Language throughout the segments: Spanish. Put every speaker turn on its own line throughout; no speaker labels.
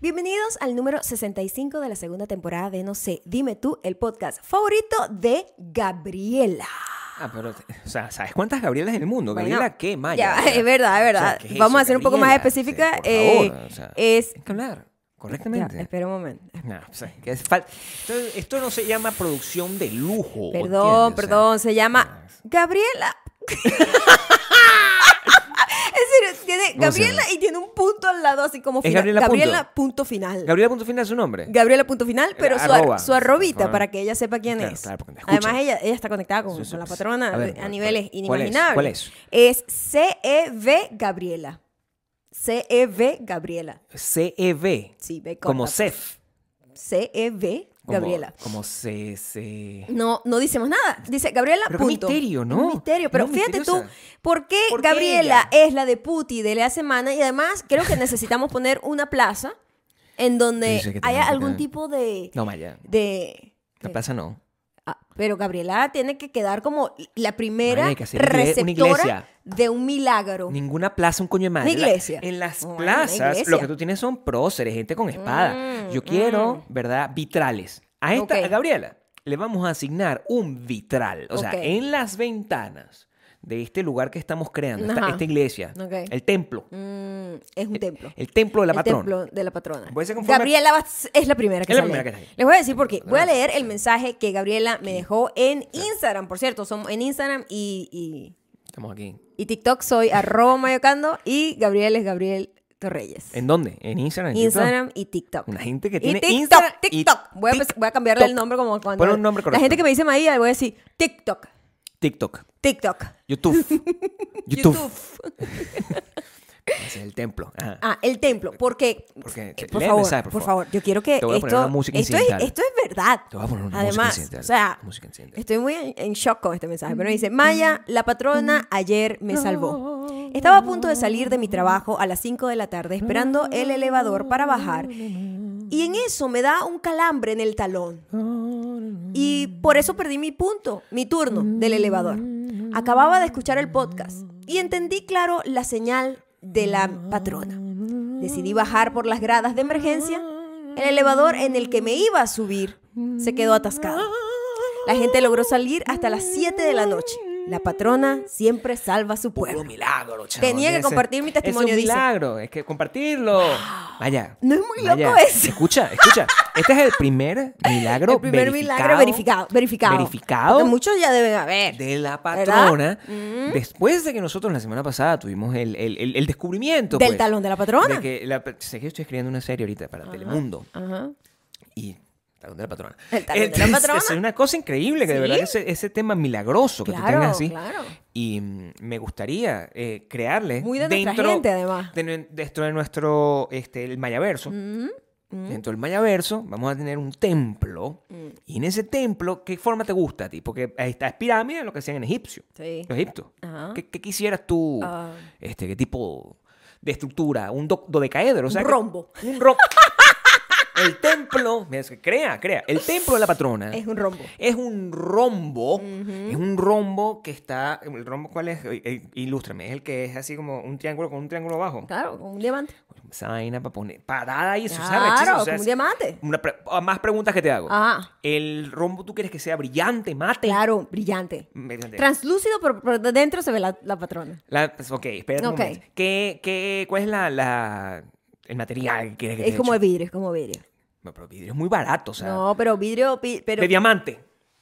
Bienvenidos al número 65 de la segunda temporada de No sé, dime tú, el podcast favorito de Gabriela.
Ah, pero, o sea, ¿sabes cuántas Gabrielas en el mundo?
Bueno,
¿Gabriela qué,
Ya,
Maya? O sea,
es verdad, es verdad.
o sea, ¿qué es
Vamos a
eso,
ser un poco más
Gabriela? Sí,
específica.
por
eh,
favor, o sea,
es.
Hay que hablar
Ya,
correctamente.
espera un momento.
No, o sea, que es fal- esto, esto no se llama producción de lujo.
Perdón,
¿entiendes? O sea,
perdón, se llama Gabriela. es decir, tiene
No sé.
Gabriela y tiene un punto al lado, así como
¿Es
final.
Gabriela punto?
Gabriela punto final.
Gabriela punto final es su nombre.
Gabriela punto final, pero su, ar-
Arroba.
su arrobita
Ajá.
para que ella sepa quién
Claro,
es.
claro, porque me escucha.
Además, ella, ella está conectada con,
Sí, sí,
con la
sí.
patrona
A
a,
ver,
a
¿cuál-
niveles
cuál es?
inimaginables.
¿Cuál es?
Es CEV Gabriela. CEV Gabriela.
CEB.
Sí, ve
E Como
corta.
CEF.
CEV
como-
E Gabriela.
Como CC.
No, no dice más nada. Dice Gabriela.
Pero qué
punto.
misterio, ¿no?
Un misterio. Pero
No,
fíjate
misteriosa.
tú, ¿por qué
¿Por qué
Gabriela
ella?
es la de Puti de la semana? Y además, creo que necesitamos poner una plaza en donde
Sí, sí, que
haya
tenemos que
algún
tener-
tipo de.
No, Maya.
de
La plaza no.
Ah, pero Gabriela tiene que quedar como la primera
Marica, sí, una igle- una
receptora
iglesia.
de un milagro.
Ninguna plaza, un coño de madre.
Una
La-
iglesia.
en las
Bueno, una
plazas,
iglesia.
lo que tú tienes son próceres, gente con espada.
Mm,
Yo quiero, ¿verdad? Vitrales. A esta,
Ok.
a Gabriela, le vamos a asignar un vitral. O sea,
Ok.
en las ventanas de este lugar que estamos creando, esta,
Ajá.
esta iglesia,
Ok.
el templo,
Mm, es un templo.
el templo de la
El
patrona.
templo de la patrona.
Voy a ser conforme-
Gabriela va- es la primera que
Es la
sale.
primera que sale.
Les voy a decir por qué. Voy a leer el mensaje que Gabriela me dejó en Instagram. Por cierto, somos en Instagram y, y,
Estamos aquí.
y TikTok. Soy arroba mayocando y Gabriel es Gabriel Torreyes.
¿En dónde? ¿En Instagram? ¿En TikTok?
Instagram y TikTok.
Una gente que
Y
tiene
TikTok,
Instagram y
TikTok. Voy a, pues- voy a cambiarle el
TikTok.
nombre como cuando...
Ponle un nombre
La gente
correcto.
que me dice María, le voy a decir TikTok.
TikTok.
TikTok.
YouTube. YouTube.
YouTube.
Ese es el templo. Ajá.
Ah, el templo. Porque,
Porque-
eh,
lee
por,
el
favor,
mensaje,
por,
por
favor,
favor.
yo quiero que
Te voy a
esto,
poner una música
esto, es,
incidental.
esto es verdad.
Te voy a poner una música
Además,
incidental.
o sea,
Música incidental. Mm,
estoy muy en, en shock con este mensaje, pero dice, Maya, la patrona ayer me salvó. Estaba a punto de salir de mi
Mm.
trabajo a las 5 de la tarde esperando el elevador para bajar y en eso me da un calambre en el talón. Y por eso perdí mi punto, mi turno del elevador. Acababa de escuchar el podcast y entendí claro la señal de la patrona. Decidí bajar por las gradas de emergencia. El elevador en el que me iba a subir se quedó atascado. La gente logró salir hasta las 7 de la noche. La patrona siempre salva a su
Puro
pueblo.
milagro, chavo.
Tenía que
Ese-
compartir mi
ese
testimonio,
Es un
dice.
milagro, es que compartirlo. Vaya.
No es muy
vaya.
loco eso.
Escucha, escucha. Este es el primer milagro
El primer
verificado.
milagro verificado. Verificado.
Verificado.
Porque muchos ya deben haber.
de
¿Verdad?
la
Mm.
patrona. Después de que nosotros la semana pasada tuvimos el, el- el- el descubrimiento.
Del
pues,
talón de la patrona. Ah,
de que la- sé que estoy escribiendo una serie ahorita para Telemundo.
Ajá.
Y el talón de la patrona.
El talón de la
Entonces,
patrona.
Es una cosa increíble, que de
Sí.
verdad que ese, ese tema milagroso que tú
Claro,
tengas así.
claro.
Y mm, me gustaría eh, crearle.
Muy de nuestra
dentro,
gente, además. Mm,
de nu- dentro de nuestro, este, el Mayaverso. Dentro del Mayaverso vamos a tener un templo.
Mm.
Y en ese templo, ¿qué forma te gusta a ti? Porque ahí está, es pirámide, lo que hacían en Egipcio.
Sí.
En Egipto.
Ajá.
¿Qué, qué quisieras tú?
Ah.
Este, ¿Qué tipo de estructura? ¿Un do- dodecaedro? O sea,
Un
que-
rombo.
un rombo. El templo, mira, es que crea, crea. El templo de la patrona
Es un rombo.
es un rombo, es un rombo que está, el rombo cuál es, Eh, eh, ilústrame, es el que es así como un triángulo con un triángulo abajo.
Claro, con un diamante.
Esa vaina para poner parada y eso,
Claro,
¿sabes? Chis, o sea,
como
es-
un diamante.
una pre- ah, más preguntas que te hago.
Ajá.
El rombo tú quieres que sea brillante, mate.
Claro, brillante.
Me- me-
Translúcido, pero por dentro se ve la, la patrona.
la- pues, ok, espera un
Ok.
momento. ¿Qué, qué, ¿Cuál es la, la- el material que quieres que
Es
te
como de
eche?
vidrio, es como vidrio.
No, pero vidrio es muy barato, o sea,
no, pero vidrio, pi- pero
de diamante.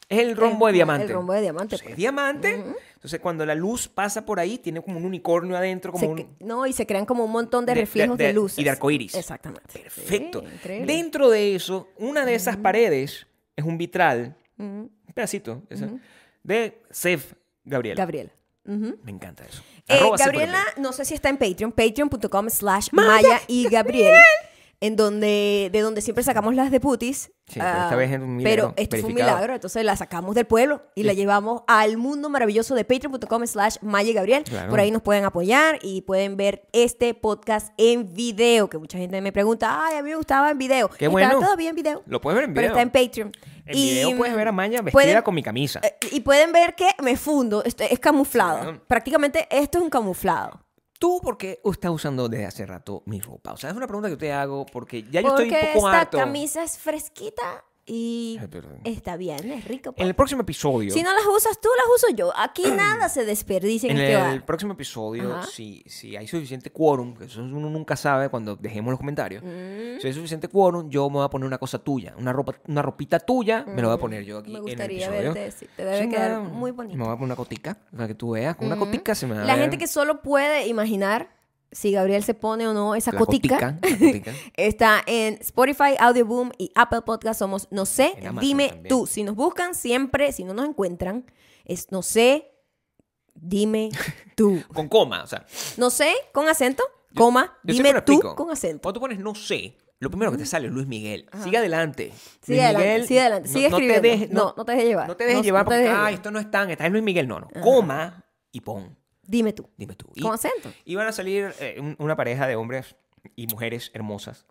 Es el rombo de
el
diamante.
rombo de diamante,
Entonces,
pues.
es diamante. Entonces, cuando la luz pasa por ahí, tiene como un unicornio adentro, como
se
un...
cre- no, y se crean como un montón de,
de- de-
reflejos de,
de-
luces.
y de arcoíris.
Exactamente. Sí,
Perfecto.
increíble.
dentro de eso, una de esas paredes es un vitral,
Ujú,
un pedacito, esa, de Sef Gabriela.
Gabriela. Ujú.
Me encanta eso.
Eh,
Arroba Sef
Gabriela, no sé si está en Patreon, patreon.com slash Maya y Gabriel, en donde, de donde siempre sacamos las de putis.
Sí, pero esta
Ah,
vez es un
Pero
milagro
este fue un
verificado.
milagro, entonces la sacamos del pueblo y la llevamos al mundo maravilloso de patreon.com slash Maya y Gabriel.
Claro.
Por ahí nos pueden apoyar y pueden ver este podcast en video, que mucha gente me pregunta, ay, a mí me gustaba en video.
Qué
¿Está
bueno.
todavía en video?
Lo puedes ver en
Pero
video.
está en Patreon.
En video puedes ver a Maya vestida
pueden-
con mi camisa.
eh, Y pueden ver que me fundo, esto es camuflado.
Claro.
Prácticamente esto es un camuflado.
¿Tú por qué estás usando desde hace rato mi ropa? O sea, es una pregunta que yo te hago porque ya yo
Porque
estoy un poco
esta
harto.
camisa es fresquita y
Ay, perdón.
está bien, es rico. pues.
En el próximo episodio.
Si no las usas tú, las uso yo. Aquí nada se desperdicia en,
En
este
el,
bar.
próximo episodio,
Ajá.
si, si hay suficiente quórum, que eso uno nunca sabe cuando dejemos los comentarios,
Mm.
si hay suficiente quórum, yo me voy a poner una cosa tuya, una ropa, una ropita tuya, me la voy a poner yo aquí
Mm. Me
en el
gustaría
episodio.
verte, sí, te debe
me
quedar
voy a-
muy bonito. Mm.
Me voy a poner una cotica, para que tú veas, con una cotica se me va a
La
ver
gente que solo puede imaginar si Gabriel se pone o no esa
la
cotica.
cotica, la cotica.
Está en Spotify, Audioboom y Apple Podcast. Somos No sé,
En Amazon
dime
también.
tú. Si nos buscan siempre, si no nos encuentran, es No sé, dime tú.
Con coma, o sea,
No sé, con acento, coma, dime
yo siempre lo
tú
explico.
con acento.
Cuando tú pones no sé, lo primero que te sale es Luis Miguel. Sigue adelante.
Sigue
Luis
adelante,
Miguel,
sigue adelante,
no-
sigue
no te
escribiendo.
dejes-
no, no te dejes llevar.
No te dejes llevar
no te
porque,
dejes
ah,
llevar.
esto no es tan, está en Luis Miguel. No, no. Coma y pon,
Dime tú,
dime tú. Y,
con acento.
y van a salir eh, un- una pareja de hombres y mujeres hermosas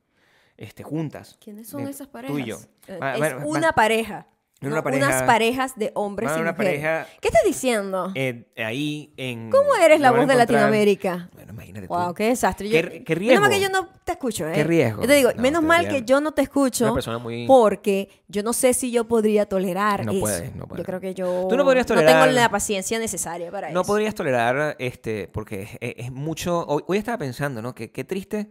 este, juntas.
¿Quiénes son
De-
esas parejas?
Tú y yo. Ah,
Eh,
Va-
es
va- va-
una pareja.
Una
no,
pareja-
unas parejas de hombres
van
y
a una
mujeres.
pareja-
¿Qué estás diciendo?
eh, ahí en.
¿Cómo eres la
lo van a
voz de
encontrar-
Latinoamérica?
Bueno, imagínate.
Wow,
Wow,
qué desastre. Yo- eh,
Qué- qué
Menos mal que yo
riesgo.
no te escucho, ¿eh?
Qué riesgo.
Yo te digo,
No,
menos
te
mal
diría-
que yo no te escucho.
Una persona muy-
Porque yo no sé si yo podría tolerar
No
eso.
puedes, no puedes.
Yo creo que yo.
Tú no podrías
No
tolerar-
tengo la paciencia necesaria para
No
eso.
podrías tolerar, este, porque es, es- es mucho. Hoy, hoy estaba pensando, ¿no? Que qué triste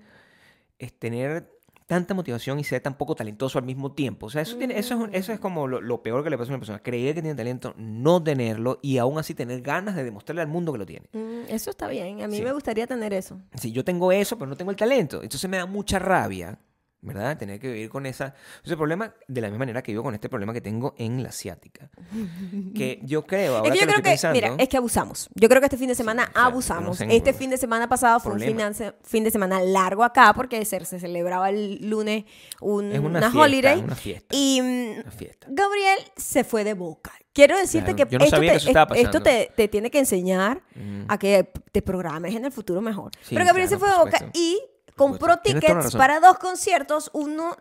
es tener tanta motivación y ser tan poco talentoso al mismo tiempo. O sea, eso, tiene- eso, es, un- eso es como lo, lo peor que le pasa a una persona. Creer que tiene talento, no tenerlo y aún así tener ganas de demostrarle al mundo que lo tiene.
Mm, eso está bien. A mí
Sí.
me gustaría tener eso.
Si yo tengo eso, pero no tengo el talento. Entonces me da mucha rabia, ¿verdad? Tener que vivir con esa. Entonces, el problema, de la misma manera que vivo con este problema que tengo en la asiática. Que yo creo, ahora
es que yo
lo
creo que,
estoy pensando,
mira, es que abusamos. Yo creo que este fin de semana
o sea,
abusamos.
no sé,
este
no-
fin de semana pasado fue un
problema.
finance- fin de semana largo acá porque se, se celebraba el lunes un-
Es
una,
una fiesta,
holiday.
una fiesta.
Y mm,
una fiesta.
Gabriel se fue de boca. Quiero decirte
Claro,
que
yo no
esto,
sabía
te,
que eso estaba
es- esto
pasando.
te, te tiene que enseñar
Mm.
a que te programes en el futuro mejor.
Sí,
Pero Gabriel se
claro,
fue de
por
boca
supuesto.
y
Por
compró
supuesto. Tienes toda la
tickets
razón.
para dos conciertos, uno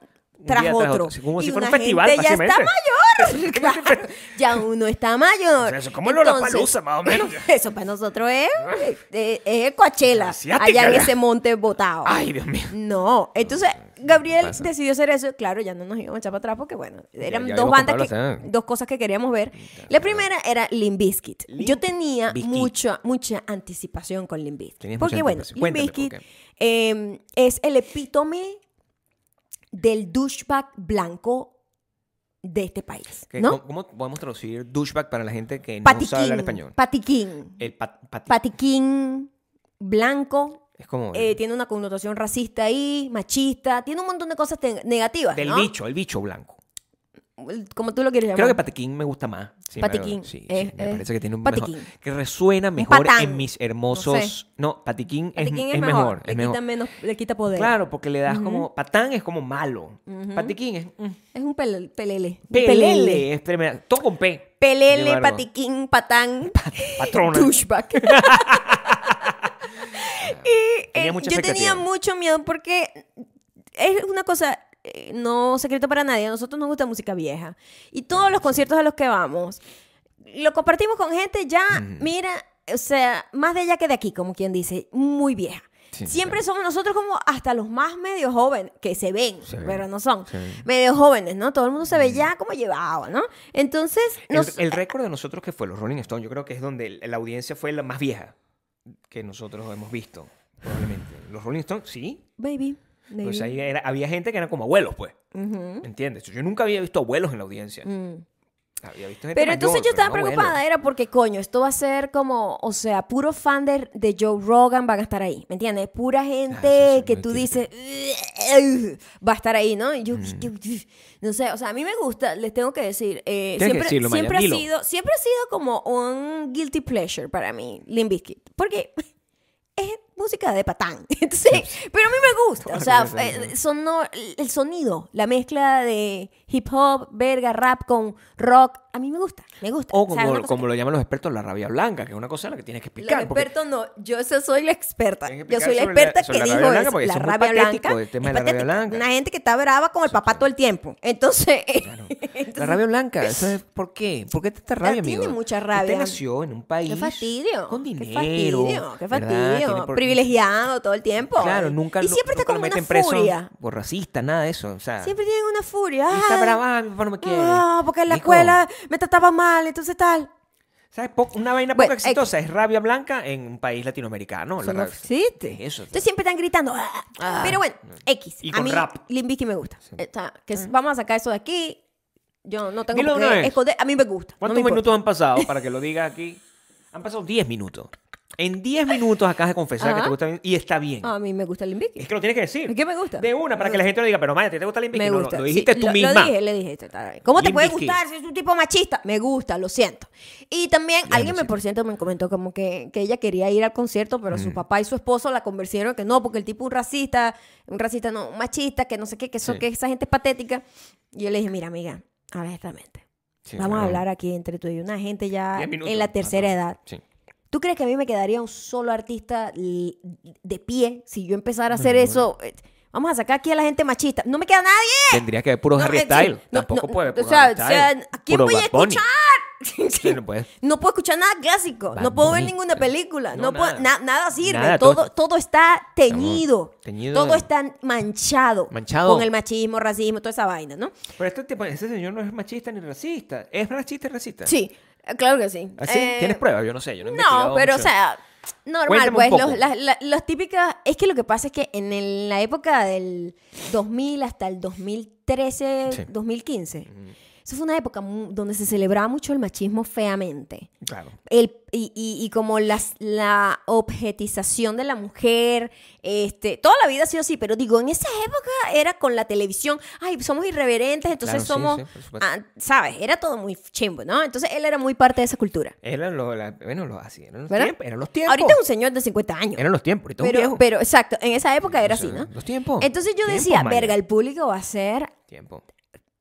tras
día tras
otro.
otro. Sí, como
y
si fuera
una
un festival,
gente ya está
básicamente.
mayor. Claro, ya uno está mayor.
O sea, eso es como el
Entonces,
Lollapalooza, más o menos.
Eso para nosotros es, es, es Coachella,
Asiática.
allá en ese monte botado.
Ay, Dios mío.
No, entonces Gabriel
pasa.
decidió hacer eso. Claro, ya no nos íbamos a echar para atrás porque, bueno, eran
ya
dos
íbamos
bandas,
con
que,
Pablo Hasél.
dos cosas que queríamos ver. La primera era Limp Bizkit. Yo tenía
Bizkit.
mucha, mucha anticipación con Limp Bizkit.
Tenías
porque,
mucha
bueno,
anticipación.
Limp
Cuéntame
Bizkit
por
eh, es el epítome del douchebag blanco de este país,
¿Qué-
¿no?
cómo- ¿Cómo podemos traducir douchebag para la gente que no sabe hablar
Patiquín,
español? Eh,
patiquín,
El pat- pati-
patiquín blanco,
es como el-
eh, tiene una connotación racista ahí, machista, tiene un montón de cosas te- negativas.
del
¿no?
bicho, el bicho blanco.
El- Como tú lo quieres llamar.
Creo que Patiquín me gusta más. Sí, me-
Patiquín,
sí, sí,
eh,
me
eh,
parece que tiene un
Patiquín.
mejor- que resuena mejor
patán.
en mis hermosos. No, Patiquín, es-
Patiquín
es,
es,
mejor.
mejor.
es
le,
mejor.
Quita menos, le quita poder.
Claro, porque le das como. Patán es como malo. Patiquín es. mm,
Es un pel- pelele. Un
pelele. es tremendo. Todo con P.
Pelele,
Llevarlo.
patiquín, patán,
Patrona.
douchebag. y
Tenía
eh,
mucha
yo tenía
expectativa.
mucho miedo porque es una cosa eh, no secreto para nadie. A nosotros nos gusta música vieja. Y todos
Ah,
los conciertos a los que vamos, lo compartimos con gente ya, mira, o sea, más de allá que de aquí, como quien dice, muy vieja.
Sí,
Siempre somos nosotros como hasta los más medio jóvenes, que se ven,
Se ven,
pero no son,
se ven. Mm.
medio jóvenes, ¿no? Todo el mundo se ve ya como llevado, ¿no? Entonces,
El,
nos-
el récord de nosotros que fue los Rolling Stones, yo creo que es donde el- la audiencia fue la más vieja que nosotros hemos visto, probablemente. Los Rolling Stones, sí.
baby, baby.
Pues ahí era- había gente que era como abuelos, pues.
Ujú.
¿Me entiendes? Yo nunca había visto abuelos en la audiencia.
Mm.
Había visto gente
Pero entonces
mayor,
yo estaba
pero no
preocupada, ¿eh?
abuelos.
era porque, coño, esto va a ser como, o sea, puro fan de, de Joe Rogan van a estar ahí, ¿me entiendes? Pura gente
Ah, sí, Mm. sí,
que
muy
tú
típico.
dices, "Ugh", va a estar ahí, ¿no? Y yo, no sé, o sea, a mí me gusta, les tengo que decir, eh,
Tienes que
siempre,
decirlo, Maya,
siempre, ha
dilo.
sido, siempre ha sido como un guilty pleasure para mí, Limp Bizkit, porque es eh, música de patán, entonces, pero a mí me gusta, o sea,
Bueno, sí, sí.
eh, sonó el sonido, la mezcla de hip hop, verga, rap con rock, a mí me gusta, me gusta.
O
sea,
como,
es una cosa
como lo llaman los expertos, la rabia blanca, que es una cosa a la que tienes que
que-
explicar.
los
porque-
expertos no, yo esa soy la experta.
Tienes que
Yo soy la
explicar sobre la-
experta que
sobre la
dijo
rabia blanca,
eso.
porque
La
eso es muy
rabia
patético,
blanca.
el tema
es
de la rabia
patética.
blanca.
Una gente que está brava con el papá todo el tiempo. Entonces,
la rabia blanca, eso es- ¿por qué? ¿Por qué tanta rabia,
Ah, tiene
amigo?
mucha
Usted
rabia.
nació en un país
Qué fastidio.
con
Qué
dinero.
fastidio, qué
¿verdad?
fastidio.
Tiene por-
privilegiado todo el tiempo.
Claro, nunca
Y
nu-
siempre está
nunca lo
como una
meten preso
furia.
por racista, nada de eso. O sea,
Siempre tienen una furia.
y está
"Ay,
brava, "Ah, mi papá no me quiere.
ah, porque en la
Nico,
escuela me trataba mal, entonces tal.
¿sabes? Po- Una vaina poco
Bueno, ex-
exitosa es rabia blanca en un país latinoamericano.
Eso
La
no
rabia-
existe.
¿Qué es eso?
Entonces siempre están gritando. "Ah".
Ah.
Pero bueno, X.
Y
a
con
mí
rap.
Limp Bizkit me gusta. Está- que es- Vamos a sacar eso de aquí. Yo no tengo
Dilo
por
de una
qué
vez.
esconder. A mí me gusta. no
¿Cuántos
me importa.
minutos han pasado para que lo digas aquí? Han pasado 10 minutos. En 10 minutos acabas de confesar que
Ajá.
te gusta bien y está bien.
Ah, A mí me gusta Limp Bizkit.
Es que lo tienes que decir.
Es que me gusta.
De una, para que la gente lo diga, pero Maya, ¿te gusta el
Me
No, no,
gusta.
lo
sí.
dijiste tú
lo,
misma.
Lo dije, le dije. está bien. ¿Cómo te
Limp
puede
Bizkit.
gustar si es un tipo machista? Me gusta, lo siento. Y también alguien me,
siento.
por cierto, me comentó como que, que ella quería ir al concierto, pero su papá y su esposo la convencieron que no, porque el tipo un racista, un racista no, un machista, que no sé qué, que, eso,
Sí.
que esa gente es patética. Y yo le dije, mira, amiga, honestamente,
Sí,
vamos a
claro.
hablar aquí entre tú y yo, una gente ya
10 minutos.
en la tercera
Ah, no.
edad.
Sí.
¿Tú crees que a mí me quedaría un solo artista l- de pie si yo empezara a hacer
no.
eso? Eh, Vamos a sacar aquí a la gente machista. No me queda nadie.
Tendría que haber puro Harry
eh, sí,
Style.
no,
Tampoco
no,
puede.
O
puro
sea,
Harry
o sea,
Style.
¿a quién
Puro
voy a
Bad Bunny.
escuchar?
Sí, no puede.
No puedo escuchar nada clásico.
Bad
no puedo ver
Bunny.
ninguna película. No,
No,
puedo-
nada.
na- nada sirve.
Nada,
todo, todo,
todo-
está teñido.
teñido.
Todo está manchado.
Manchado.
Con el machismo, racismo, toda esa vaina, ¿no?
Pero este tipo, ese señor no es machista ni racista. ¿Es machista y racista?
Sí, eh, claro que sí.
¿Ah, sí?
Eh,
¿Tienes pruebas? Yo no sé. Yo no he
No,
investigado
pero o
mucho.
sea, normal,
Cuéntame un
pues
poco.
los, las, la- las típicas, es que lo que pasa es que en el- la época del 2000 hasta el 2013,
Sí. Mm.
2015, eso fue una época mu- donde se celebraba mucho el machismo feamente.
Claro.
El, y, y- y como las, la objetización de la mujer, este, toda la vida ha sido así, pero digo, en esa época era con la televisión, ay, somos irreverentes, entonces
Claro, sí,
somos,
sí, por supuesto.
ah, ¿sabes? Era todo muy chimbo, ¿no? Entonces él era muy parte de esa cultura.
Eran los, la- bueno, los, así, eran los
¿Verdad?
tiempos. Eran los tiempos.
Ahorita es un señor de 50 años.
Eran los tiempos. Ahorita es un
pero,
viejo. Oh,
pero, exacto, en esa época era así,
O sea,
¿no?
Los tiempos.
Entonces yo
Tiempos,
decía,
Maya.
verga, el público va a ser
Tiempo.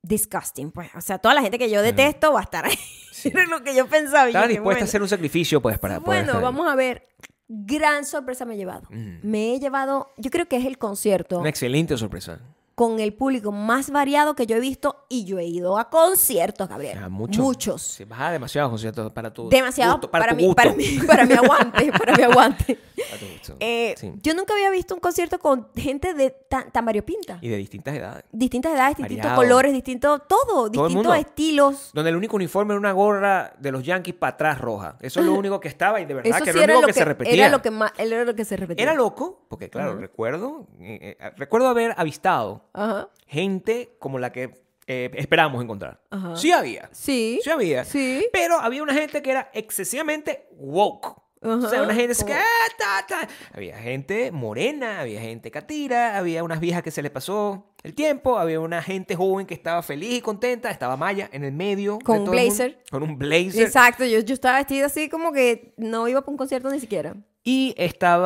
disgusting, pues. O sea, toda la gente que yo detesto va a estar ahí. Era lo que yo pensaba. y yo
Estaba
dije,
dispuesta a
bueno.
hacer un sacrificio, pues, para poder Mm.
Bueno,
estar ahí.
vamos a ver. Gran sorpresa me he llevado. Me he llevado, yo creo que es el concierto
Una excelente sorpresa.
con el público más variado que yo he visto y yo he ido a conciertos, Gabriel.
Ah, muchos.
Muchos.
Sí, vas a demasiados conciertos para tu
Demasiado
gusto,
para,
tu
mí,
gusto.
para, mí, para mi aguante, para mi aguante.
Para tu gusto.
Eh,
Sí.
Yo nunca había visto un concierto con gente de tan, tan variopinta.
Y de distintas edades.
Distintas edades, distintos
Variado.
colores, distinto todo,
Todo el mundo.
distintos estilos.
Donde el único uniforme era una gorra de los Yankees para atrás roja. Eso es lo único que estaba y de verdad
Eso
que
sí
era
era
lo
lo
único
que,
que, se repetía.
era lo que más, era lo que se repetía.
Era loco, porque claro, recuerdo, eh, eh, recuerdo haber avistado
Ajá.
gente como la que eh, esperábamos encontrar.
Ajá.
Sí había.
Sí.
Sí había.
Sí.
Pero había una gente que era excesivamente woke. O sea,
Ajá,
una gente así que...
como-
"Ah, ta, ta". Había gente morena, había gente catira, había unas viejas que se les pasó el tiempo, había una gente joven que estaba feliz y contenta, estaba Maya en el medio. de
Con un
todo el mundo,
blazer.
Con un blazer.
Exacto, yo, yo estaba vestida así como que no iba para un concierto ni siquiera.
Y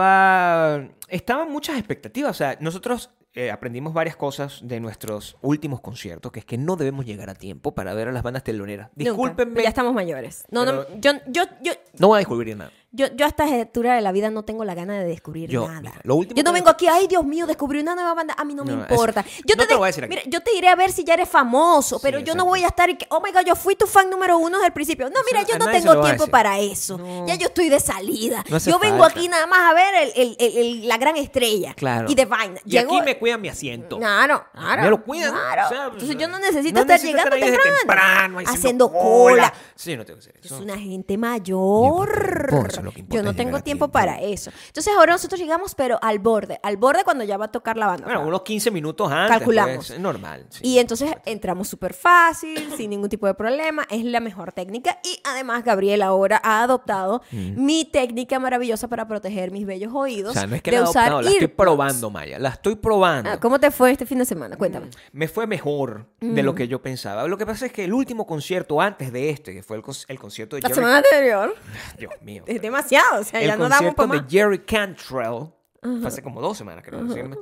estaba, estaban muchas expectativas. O sea, nosotros eh, aprendimos varias cosas de nuestros últimos conciertos, que es que no debemos llegar a tiempo para ver a las bandas teloneras.
Nunca.
Discúlpenme,
Ya estamos mayores. No, no,
Pero-
yo, yo, yo,
no voy a descubrir nada.
yo, yo a esta altura de la vida no tengo la gana de descubrir
Yo,
nada.
mira, lo último
yo no
que-
vengo aquí, ay Dios mío, descubrí una nueva banda. A mí no, me
No, eso-
importa. yo
no te
de-
lo voy a decir aquí.
Mira, yo te iré a ver si ya eres famoso,
Sí,
pero yo no
exacto.
voy a estar y que, oh my god, yo fui tu fan número uno desde el principio. No,
Eso
mira,
a
yo no
nadie se
tengo
lo va a
tiempo
decir.
para eso.
No.
Ya yo estoy de salida.
No hace
yo vengo
falta.
aquí nada más a ver el- el- el- el- la gran estrella.
Claro.
Y de vaina.
Y
Llego-
aquí me cuidan mi asiento.
Claro, claro.
Me lo cuidan.
claro.
o sea,
Entonces yo no necesito
no
estar
necesito
llegando
ahí desde
temprano,
temprano, ahí
haciendo cola.
Sí, no tengo que hacer
Es
eso.
una gente mayor.
Yo no tengo tiempo, eso es lo que importa,
Yo no
es llegar
tengo
a
tiempo
tiempo.
para eso. Entonces ahora nosotros llegamos, pero al borde, al borde cuando ya va a tocar la banda.
Bueno, unos 15 minutos antes.
Calculamos.
pues, es normal. sí.
y entonces entramos súper fácil, sin ningún tipo de problema, es la mejor técnica y además Gabriel ahora ha adoptado mi técnica maravillosa para proteger mis bellos oídos
Mm. o sea, no es que
de
la he
usar
adoptado, la estoy
earplugs.
probando, Mm. Maya. La estoy probando.
Ah, ¿Cómo te fue este fin de semana? Cuéntame.
me fue mejor de
Mm.
lo que yo pensaba. Lo que pasa es que el último concierto antes de este, que fue el, con- el concierto de
La
Jerry...
semana anterior
Dios mío.
es demasiado, o sea, ya
el
no damos
concierto
para
de
más.
Jerry Cantrell fue hace como dos semanas, creo. sí, ¿no?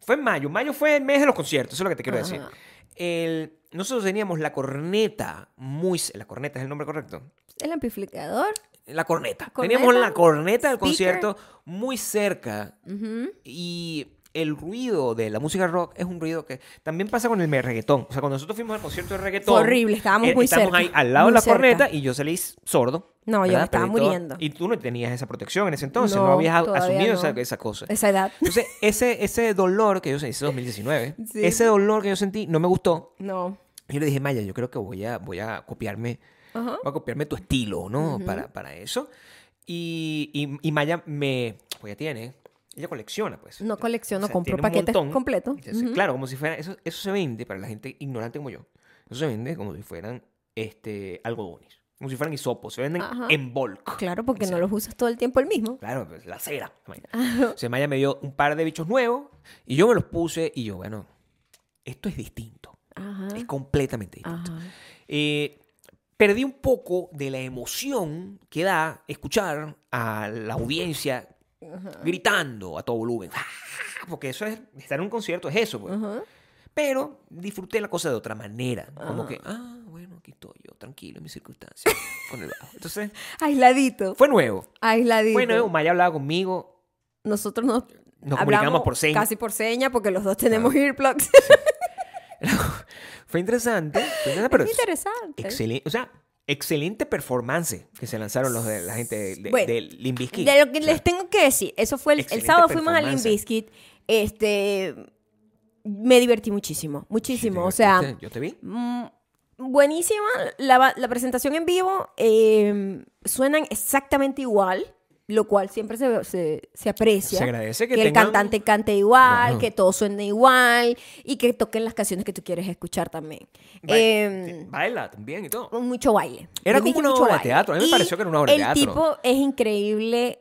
Fue en mayo. Mayo fue el mes de los conciertos, eso es lo que te quiero decir.
Ajá.
El- nosotros teníamos la corneta muy... La corneta es el nombre correcto.
El amplificador.
La corneta.
¿Corneta?
Teníamos la corneta del
Speaker.
concierto muy cerca y el ruido de la música rock es un ruido que también pasa con el reggaetón. O sea, cuando nosotros fuimos al concierto de reggaetón.
Fue horrible, estábamos
eh,
muy
estábamos
cerca,
ahí al lado
muy
de la
cerca.
corneta y yo salí sordo.
No, yo me
¿verdad?
estaba
Perdí todo.
miedo.
Y tú no tenías esa protección en ese entonces,
No,
no, habías a-
todavía
asumido
no.
Esa, esa cosa.
Esa edad.
Entonces, ese, ese dolor que yo sentí, ese 2019,
Sí.
ese dolor que yo sentí no me gustó.
No.
Yo le dije, Maya, yo creo que voy a, voy a copiarme
Ajá.
voy a copiarme tu estilo, ¿no? para, para eso. Y, y, y Maya me, pues ya tiene, ella colecciona, pues.
No colecciono,
compro
compro paquetes completos.
Entonces, Claro, como si fuera, eso, eso se vende para la gente ignorante como yo. Eso se vende como si fueran este, algodones, como si fueran hisopos, se venden
Ajá.
en bulk.
Claro, porque no
Exacto.
los usas todo el tiempo el mismo.
Claro, pues, la cera. imagínate. Entonces Maya me dio un par de bichos nuevos y yo me los puse y yo, bueno, esto es distinto,
Ajá.
es completamente distinto.
Ajá.
Eh, perdí un poco de la emoción que da escuchar a la audiencia gritando a todo volumen. ¡Ah! Porque eso es, estar en un concierto es eso. pues.
Ajá.
Pero disfruté la cosa de otra manera. Como que, ah, bueno, aquí estoy yo, tranquilo en mis circunstancias, con el bajo. Entonces,
Ailadito.
fue nuevo.
Aisladito.
Fue nuevo, Maya hablaba conmigo.
Nosotros nos, hablamos
Nos comunicamos por señas.
Casi por seña, porque los dos tenemos earplugs.
Fue interesante. fue interesante, pero
es interesante.
excelente. O sea, excelente performance que se lanzaron los de la gente de, de,
Bueno,
de Limp Bizkit.
De lo que
O sea,
les tengo que decir, eso fue el, el
excelente
sábado fuimos a
performance.
Limbiskit. Este me divertí muchísimo, muchísimo. o
¿viste?
sea,
Yo te vi.
Mm, buenísima. La, va- la presentación en vivo eh, suenan exactamente igual, lo cual siempre se, se- se aprecia.
Se agradece que
el
tengan-
cantante cante igual,
Ajá.
que todo suene igual y que toquen las canciones que tú quieres escuchar también.
Ba-
Eh,
sí, baila también y todo.
mucho baile.
Era
Le
como
dije
una
mucho
obra de
baile.
teatro. A mí me
Y
pareció que era una obra de teatro.
El tipo es increíble.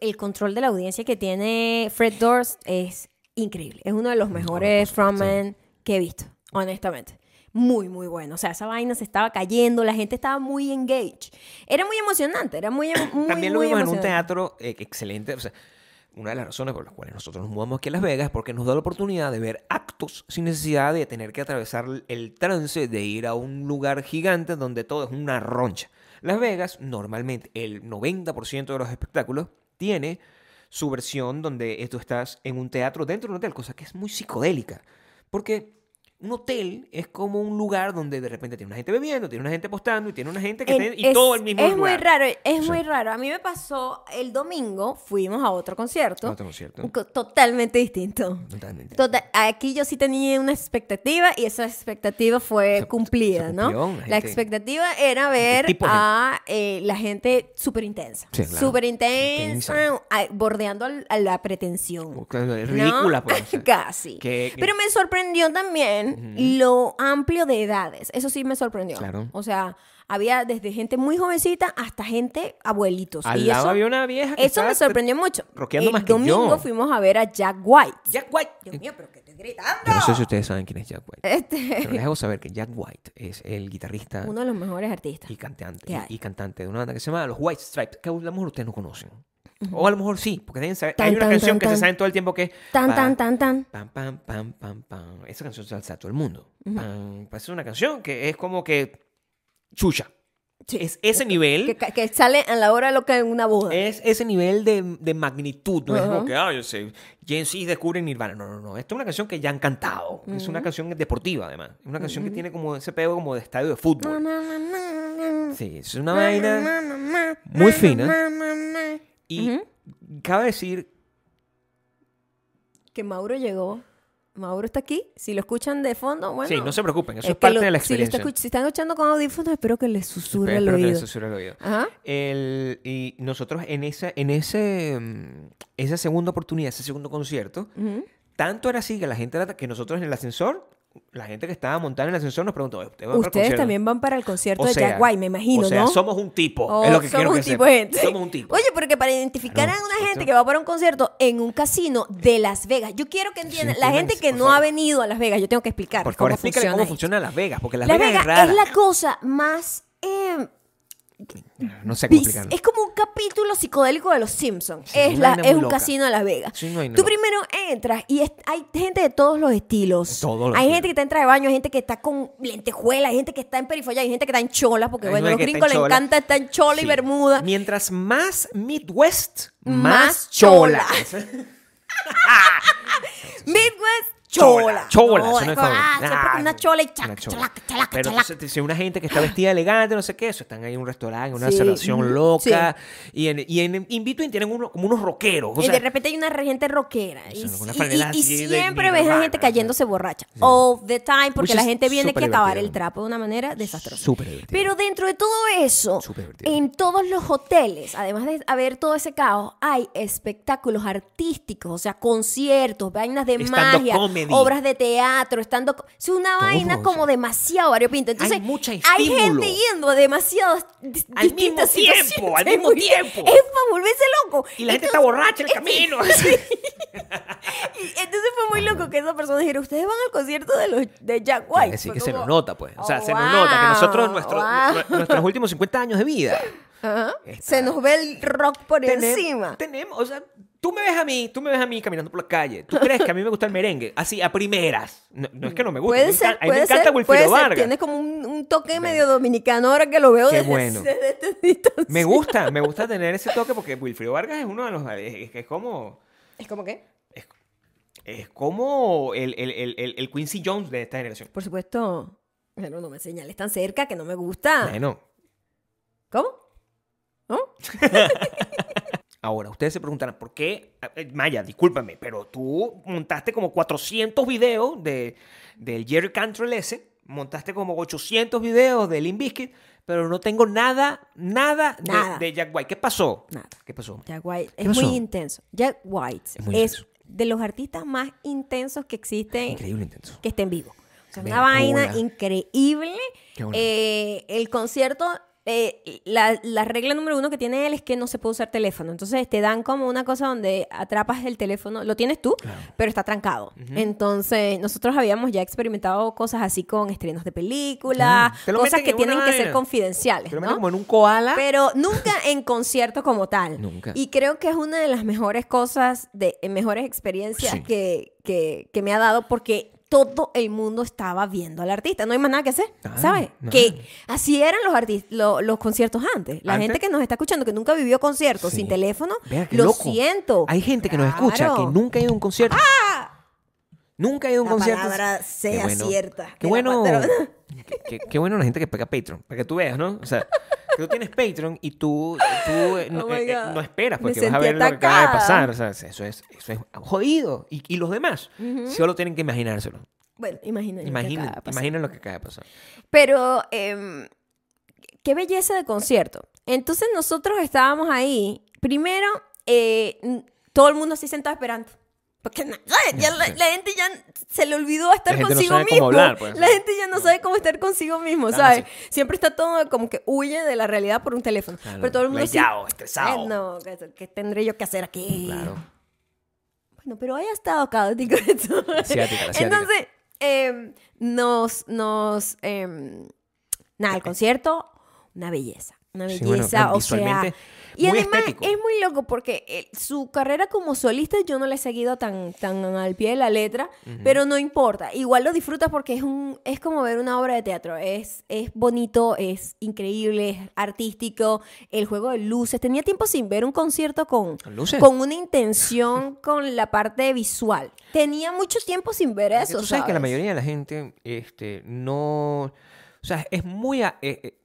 El control de la audiencia que tiene Fred Durst es increíble. Es uno de los mejores frontmen que he visto, honestamente. Muy, muy bueno. O sea, esa vaina se estaba cayendo, la gente estaba muy engaged. Era muy emocionante, era muy, em- muy
también lo
muy
vimos en un
emocionante.
teatro eh, excelente. O sea, una de las razones por las cuales nosotros nos mudamos aquí a Las Vegas es porque nos da la oportunidad de ver actos sin necesidad de tener que atravesar el trance de ir a un lugar gigante donde todo es una roncha. Las Vegas, normalmente, el 90% de los espectáculos tiene su versión donde eh, tú estás en un teatro dentro de un hotel, cosa que es muy psicodélica. Porque un hotel es como un lugar donde de repente tiene una gente bebiendo, tiene una gente postando y tiene una gente que
En-
tiene- y todo el mismo
es
lugar.
muy raro, es muy raro. A mí me pasó el domingo, fuimos a otro concierto.
Otro concierto.
un co- Totalmente distinto.
Totalmente.
Total- aquí yo sí tenía una expectativa y esa expectativa fue
Se-
cumplida,
se
¿no?
cumplió, la
la,
gente-
expectativa era ver
tipo de
a eh, la gente súper intensa.
Sí, claro.
Súper intensa,
Intensa.
a- bordeando al- a la pretensión.
O sea, es
¿no?
ridícula, pues, o sea,
Casi.
que- que-
Pero me sorprendió también lo amplio de edades. Eso sí me sorprendió.
Claro.
O sea, había desde gente muy jovencita hasta gente abuelitos.
Al
Y
lado
eso,
había una vieja que
Eso me
estaba-
sorprendió mucho.
rockeando
El
más que yo.
domingo fuimos a ver a Jack White.
Jack White.
Dios mío, pero que estoy gritando.
Yo no sé si ustedes saben quién es Jack White.
Este,
Pero les hago saber que Jack White es el guitarrista
uno de los mejores artistas.
y cantante,
¿Qué hay?
y, y cantante de una banda que se llama Los White Stripes, que a lo mejor ustedes no conocen. O a lo mejor sí, porque deben saber.
Tan,
Hay una
tan,
canción
tan,
que
tan.
se saben todo el tiempo que es.
Tan,
pa,
tan, tan, tan.
Pam, pam, pam, pam, pam. Esa canción se la sabe todo el mundo. Pam, pues es una canción que es como que. Chucha.
Sí.
Es ese nivel.
Que, ca- que sale a la hora loca en una boda.
Es ese nivel de, de magnitud, no es
Ajá.
como que, ah, yo sé, Gen Z descubre Nirvana. No, no, no. Esto es una canción que ya han cantado. Es una canción deportiva, además. Es una canción que tiene como ese pego como de estadio de
Na,
fútbol.
na, na, na, na.
Sí, es una
Na,
vaina.
na, na, na,
muy
na,
fina.
na, na, na.
Y cabe decir,
Que Mauro llegó. Mauro está aquí. Si lo escuchan de fondo, bueno.
sí, no se preocupen, eso
es
es
que
parte
lo-
de la
si, lo está
experiencia.
escuch- si están escuchando con audífonos, espero que les susurre el
Espero que les
oído.
susurre al oído.
Ajá.
El- y nosotros en esa, en ese, mm, esa segunda oportunidad, ese segundo concierto, tanto era así que la gente era- que nosotros en el ascensor, la gente que estaba montada en el ascensor nos preguntó, ¿ustedes van para el
Ustedes
concierto?"
también van para el concierto
O
de
sea,
Jack White, me imagino,
O sea,
¿no?
somos un tipo.
Oh,
es lo que quiero
somos
que
un tipo de
sepan.
gente.
Somos un tipo.
Oye, porque para identificar
Claro,
a una
esto-
gente que va para un concierto en un casino de Las Vegas, yo quiero que entiendan, la
entiendan,
gente que
por
no
favor.
ha venido a Las Vegas, yo tengo que explicar
Por favor,
cómo
explícale cómo
esto.
funciona Las Vegas, porque Las,
Las
Vegas,
Vegas es
es rara.
la cosa más... eh,
No sé cómo
bis-
explicarlo.
es como un capítulo psicodélico de Los Simpsons.
Sí,
es
una
la,
vaina
es
muy
un
loca.
casino de Las Vegas.
Sí, una vaina
Tú
loca.
primero entras y es- hay gente de todos los estilos.
Todos los
hay
estilos.
gente que está en traje de baño, hay gente que está con lentejuela, hay gente que está en perifolla, hay gente que está en cholas, porque
Hay
bueno, a
una
los
que está en
gringos les
chola.
encanta estar en chola y
Sí.
bermuda.
Mientras más Midwest, más,
Más
chola.
chola. Midwest chola.
Chola, chola,
No,
eso no es
como,
favor.
ah, siempre con
Ah,
una chola y chac,
una chola.
chalac, chalac,
Pero
chalac.
entonces, si una gente que está vestida elegante, no sé qué, eso, están ahí en un restaurante, en una
Sí, ujú,
celebración loca. Y en, y en, in between tienen uno- como unos rockeros. O
y
sea,
de repente hay una gente rockera. Y,
Eso, una
y-
franela
y- y
así de
siempre
mini
ves a
rara,
gente
¿no?
cayéndose borracha. All the time, porque
Which
la
is
gente viene
súper
que acabar
divertido.
el trapo de una manera desastrosa.
Súper divertido.
Pero dentro de todo eso,
Súper divertido.
en todos los hoteles, además de haber todo ese caos, hay espectáculos artísticos, o sea, conciertos, vainas de
Stand-up
magia,
comedy.
obras de teatro, estando... Es una
Todo,
vaina
o
como
sea,
demasiado variopinta. Entonces,
mucho
hay
estímulo.
gente yendo a demasiadas dis-
Al mismo
distintas
tiempo, al
situaciones.
mismo tiempo.
Es para volverse loco.
y la gente está borracha en el camino.
Y entonces fue muy loco que esa persona dijera, ustedes van al concierto de los de Jack White.
Es decir,
Fue
que se
como,
nos nota, pues. O sea,
"Oh,
se nos nota que nosotros,
wow,
nuestro-
wow".
nu- nuestros últimos 50 años de vida.
Ajá.
Está-
Se nos ve el rock por
Tenem-
encima.
Tenemos, o sea, tú me ves a mí, tú me ves a mí caminando por la calle. ¿Tú crees que a mí me gusta el merengue? Así, a primeras. No, no es que no me guste.
Puede
me encan-
ser,
a mí me
puede
encanta
ser,
Wilfrido
puede ser.
Vargas.
Tiene como un, un toque medio dominicano ahora que lo veo
Qué
desde, este,
bueno.
desde esta distancia.
Me gusta, me gusta tener ese toque porque Wilfrido Vargas es uno de los... Es, es como...
¿Es como qué?
Es como el, el- el- el- el Quincy Jones de esta generación.
Por supuesto, pero no me señales tan cerca que no me gusta.
Bueno,
¿Cómo? ¿No?
ahora, ustedes se preguntarán, ¿por qué? Eh, Maya, discúlpame, pero tú montaste como 400 videos de, del Jerry Cantrell ese, montaste como 800 videos de Limp Bizkit, pero no tengo nada, nada, de-
Nada.
De, Jack White. ¿Qué pasó?
Nada.
¿Qué pasó?
Jack White
¿Qué
es
pasó?
muy intenso. Jack White
Es muy
es
intenso.
de los artistas más intensos que existen
Increíble intenso.
que estén vivos. O sea, una
Venga, qué
vaina
bola.
increíble.
Qué bola.
Eh, el concierto, eh, la, la regla número uno que tiene él es que no se puede usar teléfono. Entonces te dan como una cosa donde atrapas el teléfono, lo tienes tú, pero está trancado. Entonces nosotros habíamos ya experimentado cosas así con estrenos de películas,
Claro. Te lo
cosas
meten
que
en una
tienen que ser
vaina.
confidenciales.
Pero
¿no?
como en un koala.
Pero nunca en concierto como tal.
Nunca.
Y creo que es una de las mejores cosas, de eh, mejores experiencias
Sí.
que, que- que me ha dado porque todo el mundo estaba viendo al artista. No hay más nada que hacer,
Claro,
¿sabes?
claro.
Que así eran los, artis- lo- los conciertos antes. La
Antes-
gente que nos está escuchando, que nunca vivió conciertos
Sí.
sin teléfono,
Vea, qué
lo
loco.
siento.
Hay gente que nos escucha que
Claro. ¡Ah!
nunca ha ido a un concierto. Nunca ha ido a un
La
concierto.
palabra sea cierta.
Qué
Que la
bueno.
palabra-
Qué, qué- qué bueno la gente que paga Patreon. Para que tú veas, ¿no? O sea, que tú tienes Patreon y tú, tú eh, no,
Oh my
eh, eh,
God.
no esperas
Me
porque vas a
sentí
ver lo que acaba de
atacada.
pasar. O sea, eso es, eso es jodido. Y, y los demás solo tienen que imaginárselo.
Bueno, imagina. lo que
Imaginen,
acaba de pasar.
imaginen lo que acaba de pasar.
Pero em, qué belleza de concierto. Entonces nosotros estábamos ahí. Primero, eh, n- todo el mundo así sentado esperando. Porque na- ¡ay! ya la, la gente ya se le olvidó estar
La gente no
consigo
sabe cómo
mismo.
hablar, pues.
La gente ya no sabe cómo estar consigo mismo,
Claro,
¿sabes? Siempre está todo como que huye de la realidad por un teléfono.
Claro,
Pero todo el mundo así,
rayado, estresado.
"Ay, no, ¿qué- ¿qué tendré yo que hacer aquí?
Claro.
Bueno, pero haya estado caótico eso.
Asiática, la asiática.
Entonces, em, nos, nos, em, nada, el concierto, una belleza, una belleza,
Sí, bueno,
o sea.
visualmente
Y
muy
además
estético.
es muy loco porque eh, su carrera como solista yo no la he seguido tan, tan al pie de la letra, pero no importa. Igual lo disfrutas porque es, un, es como ver una obra de teatro. Es, es bonito, es increíble, es artístico, el juego de luces. Tenía tiempo sin ver un concierto con,
Con luces.
con una intención con la parte visual. Tenía mucho tiempo sin ver
Es que
eso.
Tú sabes, que la
¿sabes?
mayoría de la gente este, no. O sea, es muy. a- eh, eh,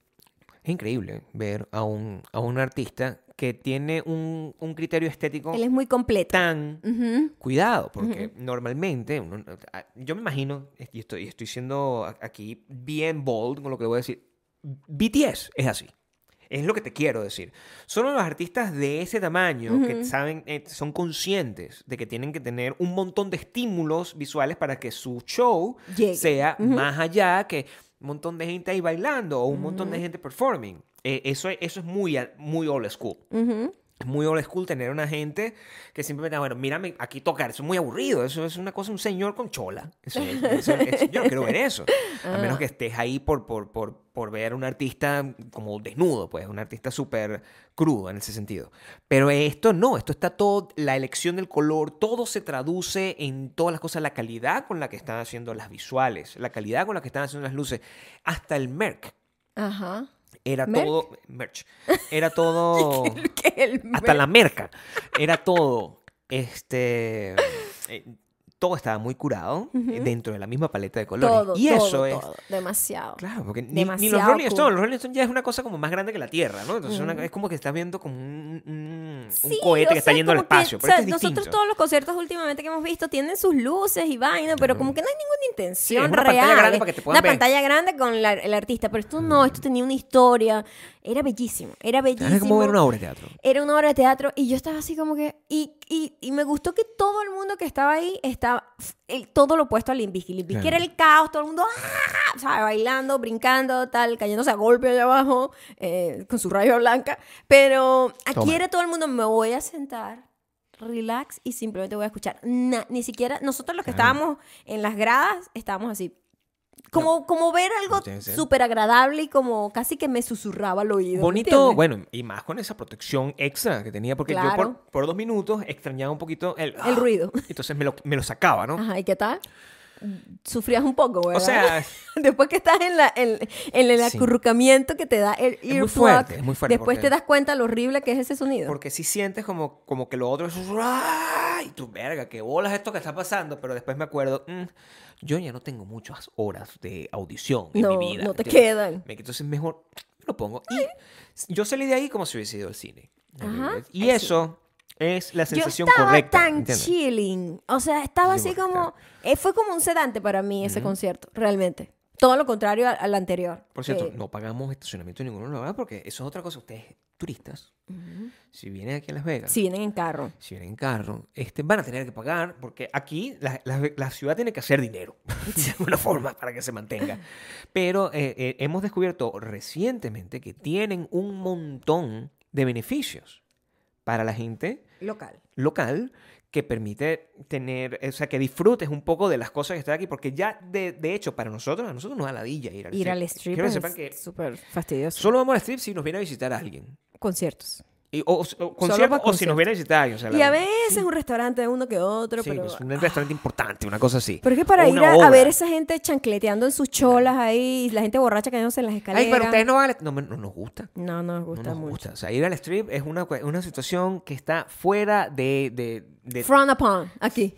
es increíble ver a un, a un artista que tiene un, un criterio estético
Él es muy completo.
tan
Ujú.
cuidado, porque normalmente. uno- a- yo me imagino, y estoy, y estoy siendo a- aquí bien bold con lo que voy a decir. BTS es así. Es lo que te quiero decir. Solo los artistas de ese tamaño que saben, eh, son conscientes de que tienen que tener un montón de estímulos visuales para que su show
Llegue.
sea más allá que un montón de gente ahí bailando o un montón de
Mm.
gente performing. Eh, eso, eso es muy, a- muy old school.
Ujú.
Es muy old school tener una gente que simplemente, ah, bueno, mírame aquí tocar, eso es muy aburrido, eso es una cosa, un señor con chola. Eso es- eso- eso- yo no quiero ver eso. A menos que estés ahí por, por, por, por ver a un artista como desnudo, pues, un artista súper crudo en ese sentido. Pero esto no, esto está todo, la elección del color, todo se traduce en todas las cosas, la calidad con la que están haciendo las visuales, la calidad con la que están haciendo las luces, hasta el merch.
Ajá.
Era
¿Merch?
todo. Merch. Era todo.
Que el
Hasta
mer-
la merca. Era todo. Este. eh, todo estaba muy curado
Ujú.
eh, dentro de la misma paleta de colores.
Todo,
y eso
todo,
es.
todo. Demasiado.
Claro, porque ni, ni los
Demasiado
Rolling
cool.
Stones, los Rolling Stones ya es una cosa como más grande que la Tierra, ¿no? Entonces es una-
Mm.
es como que estás viendo como un, un- un
Sí,
cohete
o
que está
sea,
yendo al
como que,
espacio.
o
pero
sea,
este es distinto.
nosotros todos los conciertos últimamente que hemos visto tienen sus luces y vaina, pero como que no hay ninguna intención
Sí, es una
real.
pantalla grande para que te puedan
una
ver. Mm.
pantalla grande con la- el artista, pero esto no, esto tenía una historia, era bellísimo, era bellísimo.
Es como ver una obra de teatro.
Era una obra de teatro y yo estaba así como que... Y, y, y me gustó que todo el mundo que estaba ahí estaba f- el- todo lo opuesto al Limbisky. Limbisky
Claro.
era el caos, todo el mundo ¡ah! ¿sabes? bailando, brincando, tal, cayéndose a golpe allá abajo eh, con su raya blanca. Pero aquí
Toma.
era todo el mundo, me voy a sentar, relax y simplemente voy a escuchar. Na- ni siquiera nosotros los que
Claro.
estábamos en las gradas estábamos así. Como, como ver algo
Sí, sí.
súper agradable y como casi que me susurraba al oído. ¿me
Bonito,
entiendes?
bueno, y más con esa protección extra que tenía, porque yo
Claro.
por, por dos minutos extrañaba un poquito el, ¡ah!
El ruido.
Entonces me lo, me lo sacaba, ¿no?
Ajá, ¿y qué tal? Sufrías un poco, Ah, ¿verdad?
o sea,
después que estás en, la, en, en el
Sí.
acurrucamiento que te da el
muy
earplug,
fuerte, es muy fuerte
después
porque-
te das cuenta lo horrible que es ese sonido.
porque si sientes como, como que lo otro es. ¡ah! Y tu verga, qué bolas esto que está pasando. Pero después me acuerdo, "Mm, yo ya no tengo muchas horas de audición en
No,
mi vida.
no te
¿entiendes?
quedan.
Me- Entonces mejor me lo pongo. Y yo salí de ahí como si hubiese ido al cine.
Ajá,
Y
ay, sí.
eso es la
Yo
sensación
estaba
correcta.
tan
¿entiendes?
chilling, o sea, estaba
Sí,
así
bueno,
como...
claro.
eh, fue como un sedante para mí ese concierto, realmente. Todo lo contrario al, al anterior.
Por cierto,
que-
no pagamos estacionamiento en ningún lugar porque eso es otra cosa. Ustedes, turistas,
Ujú.
si vienen aquí a Las Vegas,
Si vienen en carro.
si vienen en carro, este, van a tener que pagar porque aquí la, la- la ciudad tiene que hacer dinero de alguna forma para que se mantenga. Pero eh, eh, hemos descubierto recientemente que tienen un montón de beneficios para la gente
Local.
local que permite tener, o sea, que disfrutes un poco de las cosas que están aquí, porque ya, de, de hecho, para nosotros, a nosotros nos da ladilla ir al
Ir al
strip.
strip
Quiero que sepan que
es súper fastidioso.
Solo vamos al strip si nos viene a visitar alguien.
Conciertos.
Y- o, o- o concierto,
para
o si
concierto.
nos viene a visitar alguien. o sea, la-
Y a veces un restaurante de uno que otro,
sí,
pero... ah.
pues, un restaurante importante, una cosa así.
Pero es que para
O
ir
una
a, a ver
obra.
esa gente chancleteando en sus cholas ahí, y la gente borracha cayéndose en las escaleras.
Ay, pero ustedes no van al- No, me- no nos gusta.
No, no nos
No
gusta
nos
mucho.
gusta. O sea, ir al strip es una, cue- una situación que está fuera de... De, de,
Front upon, aquí.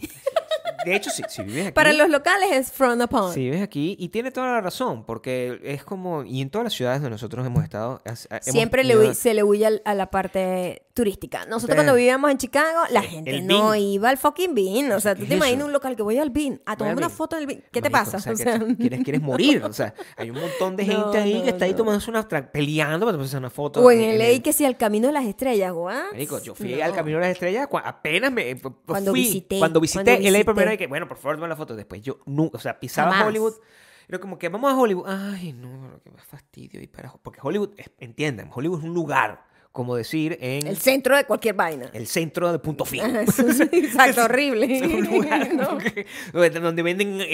de hecho, sí, si vives aquí...
Para los locales es front upon.
Si vives aquí, y tiene toda la razón, porque es como... Y en todas las ciudades donde nosotros hemos estado... has- hemos
Siempre le
tenido-
hui- se le huye al- a la parte turística. Nosotros
Sí.
cuando vivíamos en Chicago, la gente
el
no
Bean.
iba al fucking bean. O sea, tú
¿Qué
te
es
imaginas
eso?
un local que voy al bean a tomarme
al
una
Bean.
foto del bean. ¿Qué te
Marico,
pasa?
o sea,
O
que
sea, mm,
tú quieres, quieres morir. O sea, hay un montón de
No,
gente ahí
no,
que está ahí
no.
tomándose una, tra- peleando para tomarse una foto.
o en el LA que sí, al camino de las estrellas, ¿what?
Marico, yo fui
No.
al Camino de las Estrellas cua- apenas me p- p-
Cuando
fui,
visité,
cuando visité
cuando
el LA
visité.
primera vez que bueno, por favor, toma la foto después. Yo nunca, o sea, pisaba
Jamás.
Hollywood, era como que vamos a Hollywood. Ay, no, pero qué más fastidio y para porque Hollywood, es- entiendan, Hollywood es un lugar, como decir en
El
el,
centro de cualquier vaina.
centro de punto fijo.
Eso es- Exacto, horrible.
Es un lugar
No.
donde, donde venden eh,